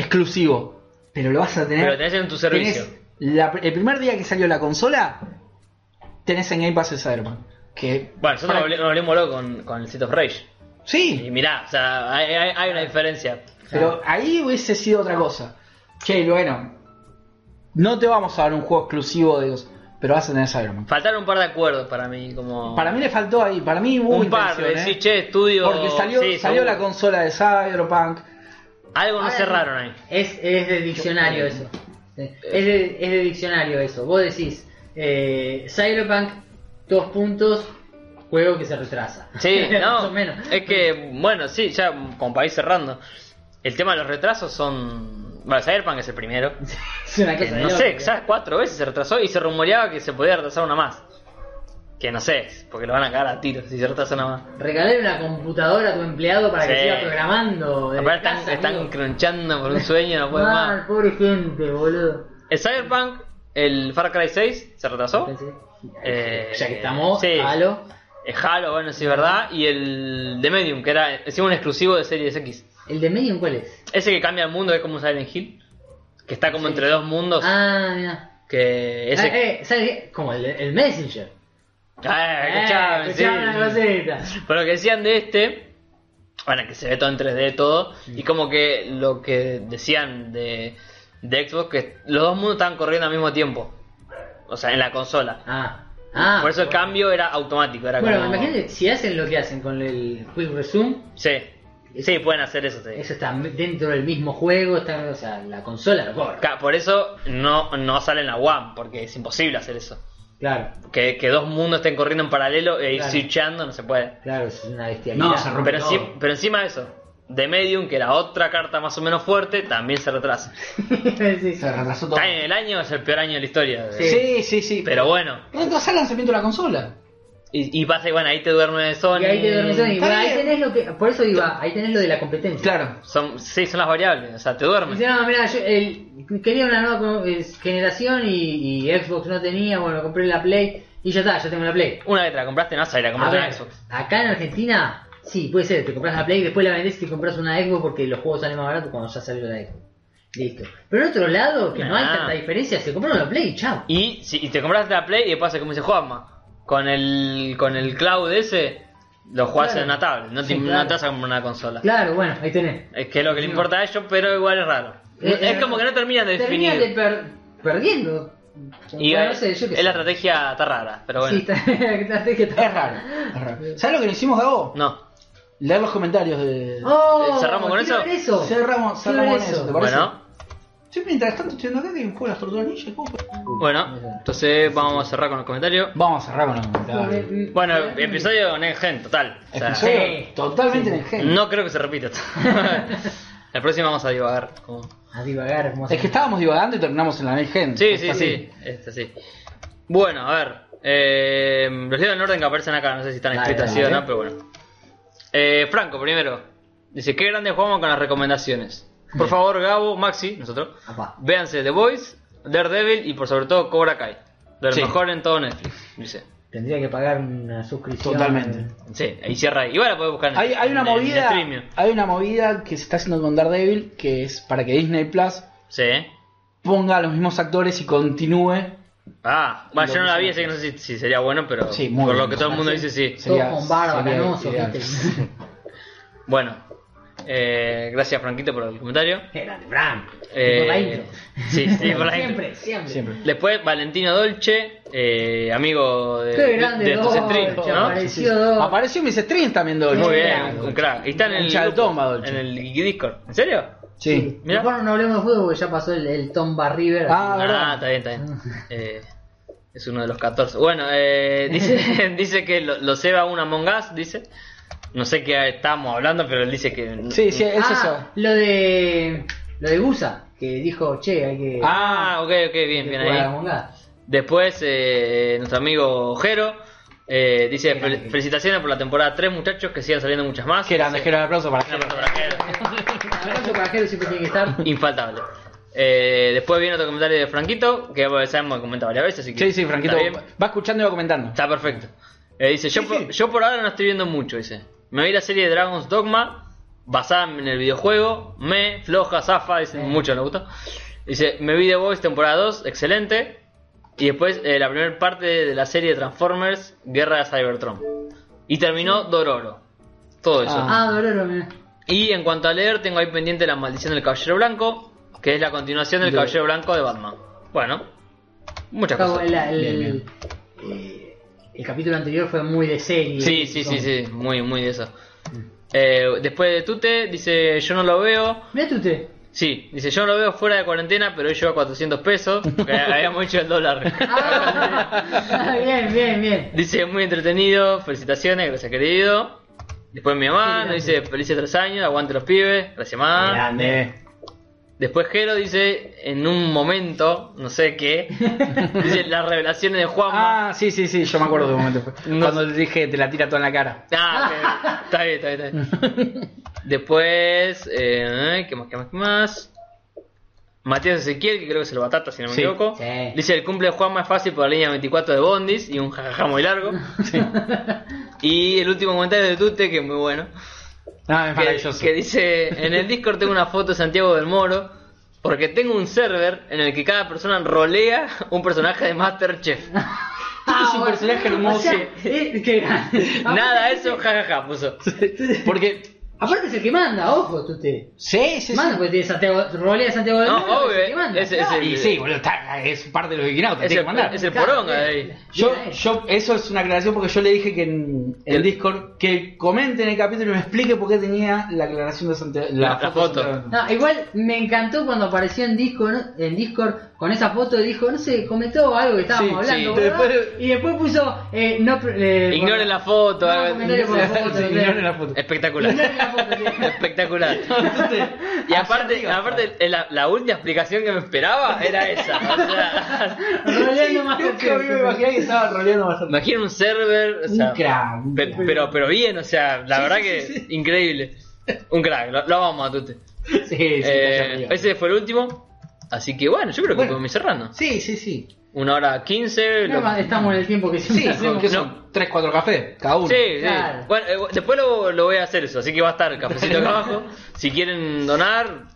exclusivo, pero lo vas a tener.
Pero lo tenés en tu servicio.
Tenés la- el primer día que salió la consola, tenés en Game Pass el Cyberpunk. Que,
Bueno, nosotros
para-
nos volvi- nos volvimos locos con, con el Seat of Rage. Y
Sí,
mirá, o sea, hay, hay- hay una diferencia.
pero ahí hubiese sido otra cosa. Che, bueno, no te vamos a dar un juego exclusivo de ellos, pero vas a tener Cyberpunk.
Faltaron un par de acuerdos para mí, como.
Para mí le faltó ahí, para mí hubo
un par,
intención,
decís,
¿eh?
che, estudio.
Porque salió,
sí,
salió
seguro.
la Ah, consola de Cyberpunk.
Algo no
Ahora,
cerraron ahí.
Es, es de diccionario eso. Es de, es de diccionario eso. Vos decís, eh, Cyberpunk, dos puntos, juego que se retrasa.
Sí,
Más
no. Eh,
o menos.
Es que, bueno, sí, ya como país cerrando. El tema de los retrasos son. Bueno, Cyberpunk es el primero.
Es una
Que
cosa de
no
¿eh?
sé,
loco.
ya cuatro veces se retrasó y se rumoreaba que se podía retrasar una más. Que no sé, porque lo van a cagar a tiros si se retrasa una más.
Regalar una computadora a tu empleado para que
Sí.
siga programando. desde
Aparte están,
casa,
están
amigo.
cronchando por un sueño, no pueden
Ah,
más.
pobre gente, boludo.
El Cyberpunk, el Far Cry 6 se retrasó. Eh,
ya que estamos,
sí.
halo.
El Halo, bueno, sí es verdad. Y el de Medium, que era encima un exclusivo de Series X.
¿El de Medium cuál es?
Ese que cambia el mundo es como un Silent Hill. Que está como
Sí.
entre dos mundos.
Ah, mira.
Que ese.
Ah, eh, ¿sabes qué? Como el, el Messenger.
Ah,
Eh,
escuchame,
escuchame
sí.
una cosita.
Pero lo que decían de este, bueno, que se ve todo en 3D todo,
Mm.
y como que lo que decían de, de Xbox, que los dos mundos estaban corriendo al mismo tiempo. O sea, en la consola.
Ah, ah.
Por eso el cambio era automático. Era
Bueno,
como-
imagínate si hacen lo que hacen con el Quick Resume.
Sí, sí, pueden hacer eso. te digo.
Eso está dentro del mismo juego, está, o sea, la consola lo cobra.
Ca- Por eso no, no sale en la One, porque es imposible hacer eso.
Claro,
Que, que dos mundos estén corriendo en paralelo e ir
Claro.
switchando no se puede.
claro, es una bestialidad.
No, se rompe.
Pero,
todo.
enci- pero encima de eso, The Medium, que era otra carta más o menos fuerte, también se retrasa.
Sí, sí.
Se retrasó todo.
Está en el año, es el peor año de la historia.
Sí.
Sí, sí, sí.
Pero bueno.
Retrasar el lanzamiento de la consola.
Y, y pasa y bueno, ahí te duerme Sony.
Y ahí te duermes, y
Está
bueno, ahí
bien.
tenés lo que. Por eso digo, ah, ahí tenés lo de la competencia.
Claro.
Son, sí, son las variables, o sea, te duermes.
Dice, no, mira, yo el- quería una nueva co- eh, generación y, y Xbox no tenía, bueno, compré la Play y ya está, ya tengo la Play.
Una vez te la compraste, no vas a ir a
A
comprar una
ver,
Xbox.
acá en Argentina, sí, puede ser, te compras la Play, después la vendés y te compras una Xbox porque los juegos salen más baratos cuando ya salió la Xbox. Listo. Pero en otro lado, que no hay
Nah.
tanta diferencia, se compraron la Play y chao.
Y, si, y te compraste la Play y después, como dice Juanma, con el, con el cloud ese, lo jugás
Claro.
en una tablet, no te,
Sí,
no
claro.
te vas a comprar una consola.
Claro, bueno, ahí tenés.
Es que es lo que le importa a ellos, pero igual es raro.
Eh,
es
eh,
como que no terminan de definir.
Terminas de per- perdiendo.
y
Bueno,
eh,
no sé, yo qué
es la
sé.
estrategia está rara, pero bueno.
Sí, está- la estrategia está-
Es raro. es raro. ¿Sabes lo que le hicimos, Gabo?
No,
Leer los comentarios de.
Oh,
¿Cerramos con
quiero
eso?
ver eso.
Cerramos,
Quiero
cerramos
ver
eso. ¿te
eso.
parece?
bueno.
Yo mientras tanto estoy viendo acá que hay un juego de las tortugas ninja. ¿cómo fue?
Bueno, entonces vamos a cerrar con los comentarios.
Vamos a cerrar con los comentarios.
Bueno, episodio Next Gen, total. O sea,
Episodio
sí.
totalmente en el gen.
No creo que se repita esto. La próxima vamos a divagar. como-
A divagar, hermoso.
Es que estábamos divagando y terminamos en la next gen.
Sí,
Es
sí,
así.
sí. Este, sí. Bueno, a ver. eh, los leo en orden que aparecen acá. No sé si están
Dale,
escritos así
dale.
o no, pero bueno. Eh, Franco, primero. Dice: Qué grande jugamos con las recomendaciones. Por favor, Gabo, Maxi, nosotros.
Apá.
Véanse The Voice, Daredevil y por sobre todo Cobra Kai. De lo
Sí.
mejor en todo Netflix. Dice.
Tendría que pagar una suscripción.
Totalmente.
Sí, ahí cierra ahí. Igual la podés buscar en
Hay, hay una
en- en
movida.
streaming.
Hay una movida que se está haciendo con Daredevil que es para que Disney Plus
Sí.
ponga a los mismos actores y continúe.
Ah, bueno,
Lo
yo no
que
la
sí.
vi, así que no sé si, si sería bueno, pero
Sí, muy
por lo
bueno.
que todo el mundo dice, sí.
Todo
Sería-
con barba,
sería
canoso,
ideal.
¿viste?
Bueno, eh, gracias Franquito por el comentario.
Grande, Bram.
Eh,
Por la intro.
Sí, sí, por la
siempre,
intro.
siempre,
Siempre.
Después Valentino Dolce, eh, amigo de,
Qué grande,
de estos
Dolce,
streams, ¿no?
aparece. Apareció dos.
Apareció mis streams también de hoy.
Muy bien, un crack. Y está en
Un
el,
chaltón,
grupo,
Dolce.
en el Discord. ¿En serio?
Sí.
Mirá.
Mejor no hablemos de juego porque ya pasó el, el Tomba River.
Ah,
Ah,
verdad.
está bien, está bien. Eh, es uno de los 14. Bueno, eh, dice, dice que lo, lo ceba un Among Us, dice. No sé qué estábamos hablando, pero él dice que...
Sí, sí, es
Ah,
eso.
Lo de. Lo de Gusa, que dijo, che, hay que.
Ah, ok, ok, bien, bien
jugar a
ahí.
Among Us.
Después, eh, nuestro amigo Jero eh, dice:
Grande.
"Fel- Felicitaciones por la temporada 3, muchachos, que sigan saliendo muchas más.
Qué grande, Jero, un aplauso para
Un
Jero.
aplauso para Jero.
Abrazo para Jero, siempre tiene que estar.
Infaltable. Eh, después viene otro comentario de Franquito, que bueno, sabemos que comenta varias veces. Así que
Sí, sí, Franquito,
Está, bien.
va escuchando y va comentando.
Está perfecto. Eh, dice: yo,
Sí,
por,
sí.
yo por ahora no estoy viendo mucho. Dice: Me vi la serie de Dragon's Dogma, basada en el videojuego. Me, floja, zafa, dicen mucho, le gustó. Dice: Me vi The Voice temporada 2, excelente. Y después eh, la primera parte de la serie de Transformers, Guerra de Cybertron. Y terminó Dororo. Todo eso.
Ah.
Ah, Dororo, mirá.
Y en cuanto a leer, tengo ahí pendiente La Maldición del Caballero Blanco, que es la continuación del
De-
Caballero Blanco de Batman. Bueno, muchas
Como
cosas.
el, el-
Bien, bien.
eh, el capítulo anterior fue muy de serie.
Sí, sí, sí, sí, muy, muy de eso. Eh, después de Tute, dice: Yo no lo veo.
Mira tú te.
Sí, dice: Yo no lo veo fuera de cuarentena, pero hoy lleva 400 pesos. Porque habíamos hecho el dólar.
Ah, bien, bien, bien.
dice: Muy entretenido, felicitaciones, gracias querido. Después mi mamá nos dice: Felices tres años, aguante los pibes, gracias mamá.
Grande.
Después Jero dice, en un momento, no sé qué, dice las revelaciones de Juanma. Ah,
Ah, sí, sí, sí, yo me acuerdo de un momento. fue
No
Cuando le dije, te la tira toda en la cara.
ok. está bien, está bien, está bien. Después, eh, ¿qué más, qué más, qué más? Matías Ezequiel, que creo que es el Batata, si no me
Sí,
equivoco.
sí.
Dice, el cumple de Juanma es fácil por la línea 24 de Bondis y un jajaja muy largo. Y el último comentario de Tute, que es muy bueno.
Ah, es
que,
maravilloso.
que dice, en el Discord tengo una foto de Santiago del Moro, porque tengo un server en el que cada persona rolea un personaje de Masterchef.
Ah,
es un
bueno.
personaje hermoso.
O sea, eh, qué grande.
Nada,
Aparte-
eso, jajaja, puso.
Porque,
Aparte es el que manda, ojo, tú te.
sí, sí, sí.
Manda, porque tiene Santiago, rolea de Santiago del
No,
Moro,
obvio,
es el que manda.
ese-
Claro.
ese-
Y sí, boludo, está- es parte de los guinautas,
Es
tiene
el,
que mandar.
es el poronga de ahí.
Yo,
Bien, eh.
yo, eso es una aclaración porque yo le dije que en en el Discord que comente en el capítulo y me explique por qué tenía la aclaración de Santiago.
La- la foto.
de Santiago.
No, igual me encantó cuando apareció en Discord, en Discord con esa foto dijo, no sé, comentó algo que estábamos
Sí,
hablando,
sí.
¿verdad?
Después-
y después puso eh, no eh,
Ignoren
bueno,
la foto.
no,
algo-
comentario por la foto,
Sí,
claro.
ignoren la foto.
Espectacular.
Ignoren la foto, sí.
Espectacular.
Entonces,
Y aparte, aparte eh, la, la última explicación que me esperaba era esa. O sea,
Roleando más
nunca me imaginé que estaba roleando bastante.
imagina un server. o
Un
sea,
crack, un
pe-
crack.
pero, pero bien, o sea, la
Sí,
verdad
sí,
que
sí, sí.
increíble. Un crack, lo, lo vamos a tute.
Sí, sí,
Eh,
está allá arriba.
ese fue el último. Así que bueno, yo creo que
Bueno.
podemos ir cerrando.
sí, sí, sí.
Una hora quince.
No, ma- estamos en el tiempo que siempre
Sí,
hacemos.
que son 3, 4 cafés, cada uno.
Sí, sí.
Claro.
Bueno, eh, después lo, lo voy a hacer eso, así que va a estar el cafecito acá abajo. Si quieren donar,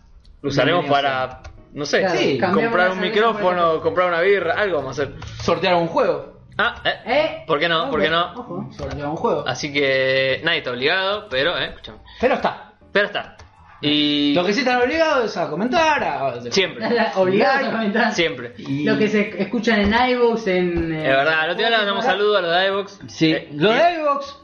lo usaremos
Bienvenido
para, no sé,
Claro,
sí,
cambiamos
comprar
la
un
cerveza
micrófono, comprar una birra, algo vamos a hacer.
Sortear un juego.
Ah, eh,
por ejemplo. ¿Eh?
¿por qué no?
Ojo,
¿Por qué no?
ojo.
Sortear un juego.
Así que nadie está obligado, pero, eh, escúchame.
Pero está.
Pero está. Y
Lo que sí están obligados es a comentar. A...
siempre,
Obligados a comentar.
siempre.
Y-
Lo que se escuchan en iVoox, en... eh,
Es verdad, no te le mandamos saludos a los de iVox.
Sí,
Eh,
los
y-
de iVox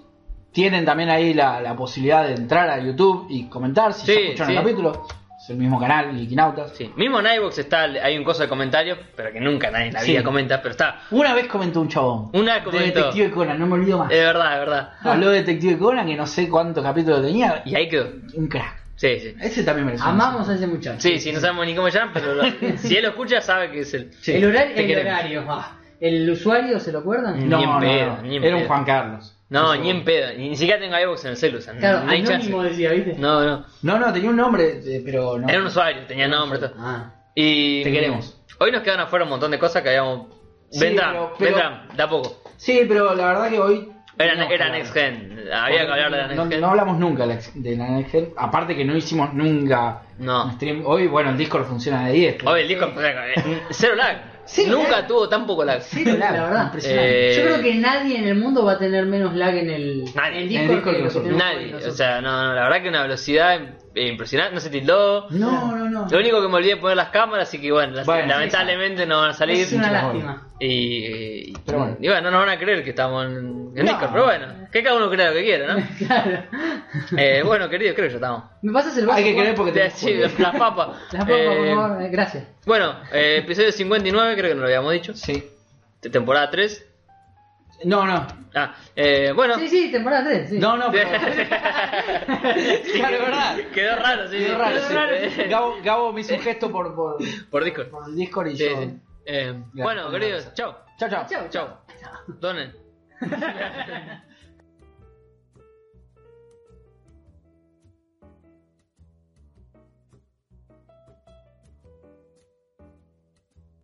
tienen también ahí la, la posibilidad de entrar a YouTube y comentar
Sí,
si ya escucharon
sí.
el capítulo. Es el mismo canal, Liquinautas.
Sí, mismo en iVox está, hay un coso de comentarios, pero que nunca nadie en la
Sí.
vida comenta, pero está.
Una vez comentó un chabón.
Una
de
comentó. Eh.
Detective Conan, no me olvido más.
Es verdad, es verdad.
Habló de Detective Conan, que no sé cuántos capítulos tenía.
Y ahí quedó.
Un crack.
Sí, sí.
Ese también merece. un
Amamos a ese muchacho.
Sí, sí, no sabemos ni cómo llaman, pero lo- si él lo escucha sabe que es él.
Sí.
el horario,
Te
el
queremos.
horario, ah. el usuario, ¿se lo acuerdan?
No,
Ni en
no,
pedo,
no.
ni en
Era un
pedo.
Juan Carlos.
No,
Eso.
ni en pedo, ni, ni siquiera tengo iVoox en el celu, o sea,
Claro,
no hay chance.
anónimo decía, ¿viste?
No, no,
No, no, tenía un nombre, eh, pero no.
era un usuario, tenía nombre y todo.
Ah.
Y
Te queremos.
Hoy nos quedan afuera un montón de cosas que habíamos...
Sí,
vendrán,
pero- pero-
vendrán, de a poco.
Sí, pero la verdad que hoy.
Era,
no,
era
claro.
Next Gen, había que hablar de la Next
no,
Gen.
no hablamos nunca de la ex- de la Next Gen, aparte que no hicimos nunca
No.
un stream. Hoy, bueno, el Discord funciona de 10. pero-
Hoy el disco, o sea, eh, cero lag.
Sí,
Nunca
lag.
tuvo tan poco lag.
Sí, la verdad, impresionante.
Eh,
Yo creo que nadie en el mundo va a tener menos lag en el,
Nadie.
en el
En el
Discord que lo
Discord que
que
nosotros.
tenemos hoy
Nadie, o
nosotros.
sea, no, no, la verdad que una velocidad eh, impresionante, no se tildó.
No, no, no.
Lo único que me olvidé es poner las cámaras, así que bueno, las-
Bueno,
lamentablemente no van a salir.
es una
Sí,
lástima.
Y, y-
Pero bueno.
y no nos van a creer que estamos en, en
No.
Discord, pero bueno, que cada uno crea lo que quiera, ¿no?
Claro.
Eh, bueno, querido, creo que ya estamos.
¿Me pasas el vaso?
Hay que
Juan?
querer porque
De-
te
sí, las las papas.
Las papas, por
Eh,
favor. eh, Gracias.
Bueno, eh, episodio 59, creo que no lo habíamos dicho.
Sí.
de Temporada 3.
No, no.
Ah, eh, bueno.
Sí, sí, temporada 3. Sí.
No, no, pero. Claro, es verdad.
Quedó raro, sí.
Quedó raro,
quedó
sí.
raro.
Gabo, Gabo me hizo un gesto por, por,
Por Discord.
por el Discord y
Sí,
yo.
sí. Eh, bueno,
Gracias.
queridos, chao.
Chao, chao.
Chao,
Chao. Donen.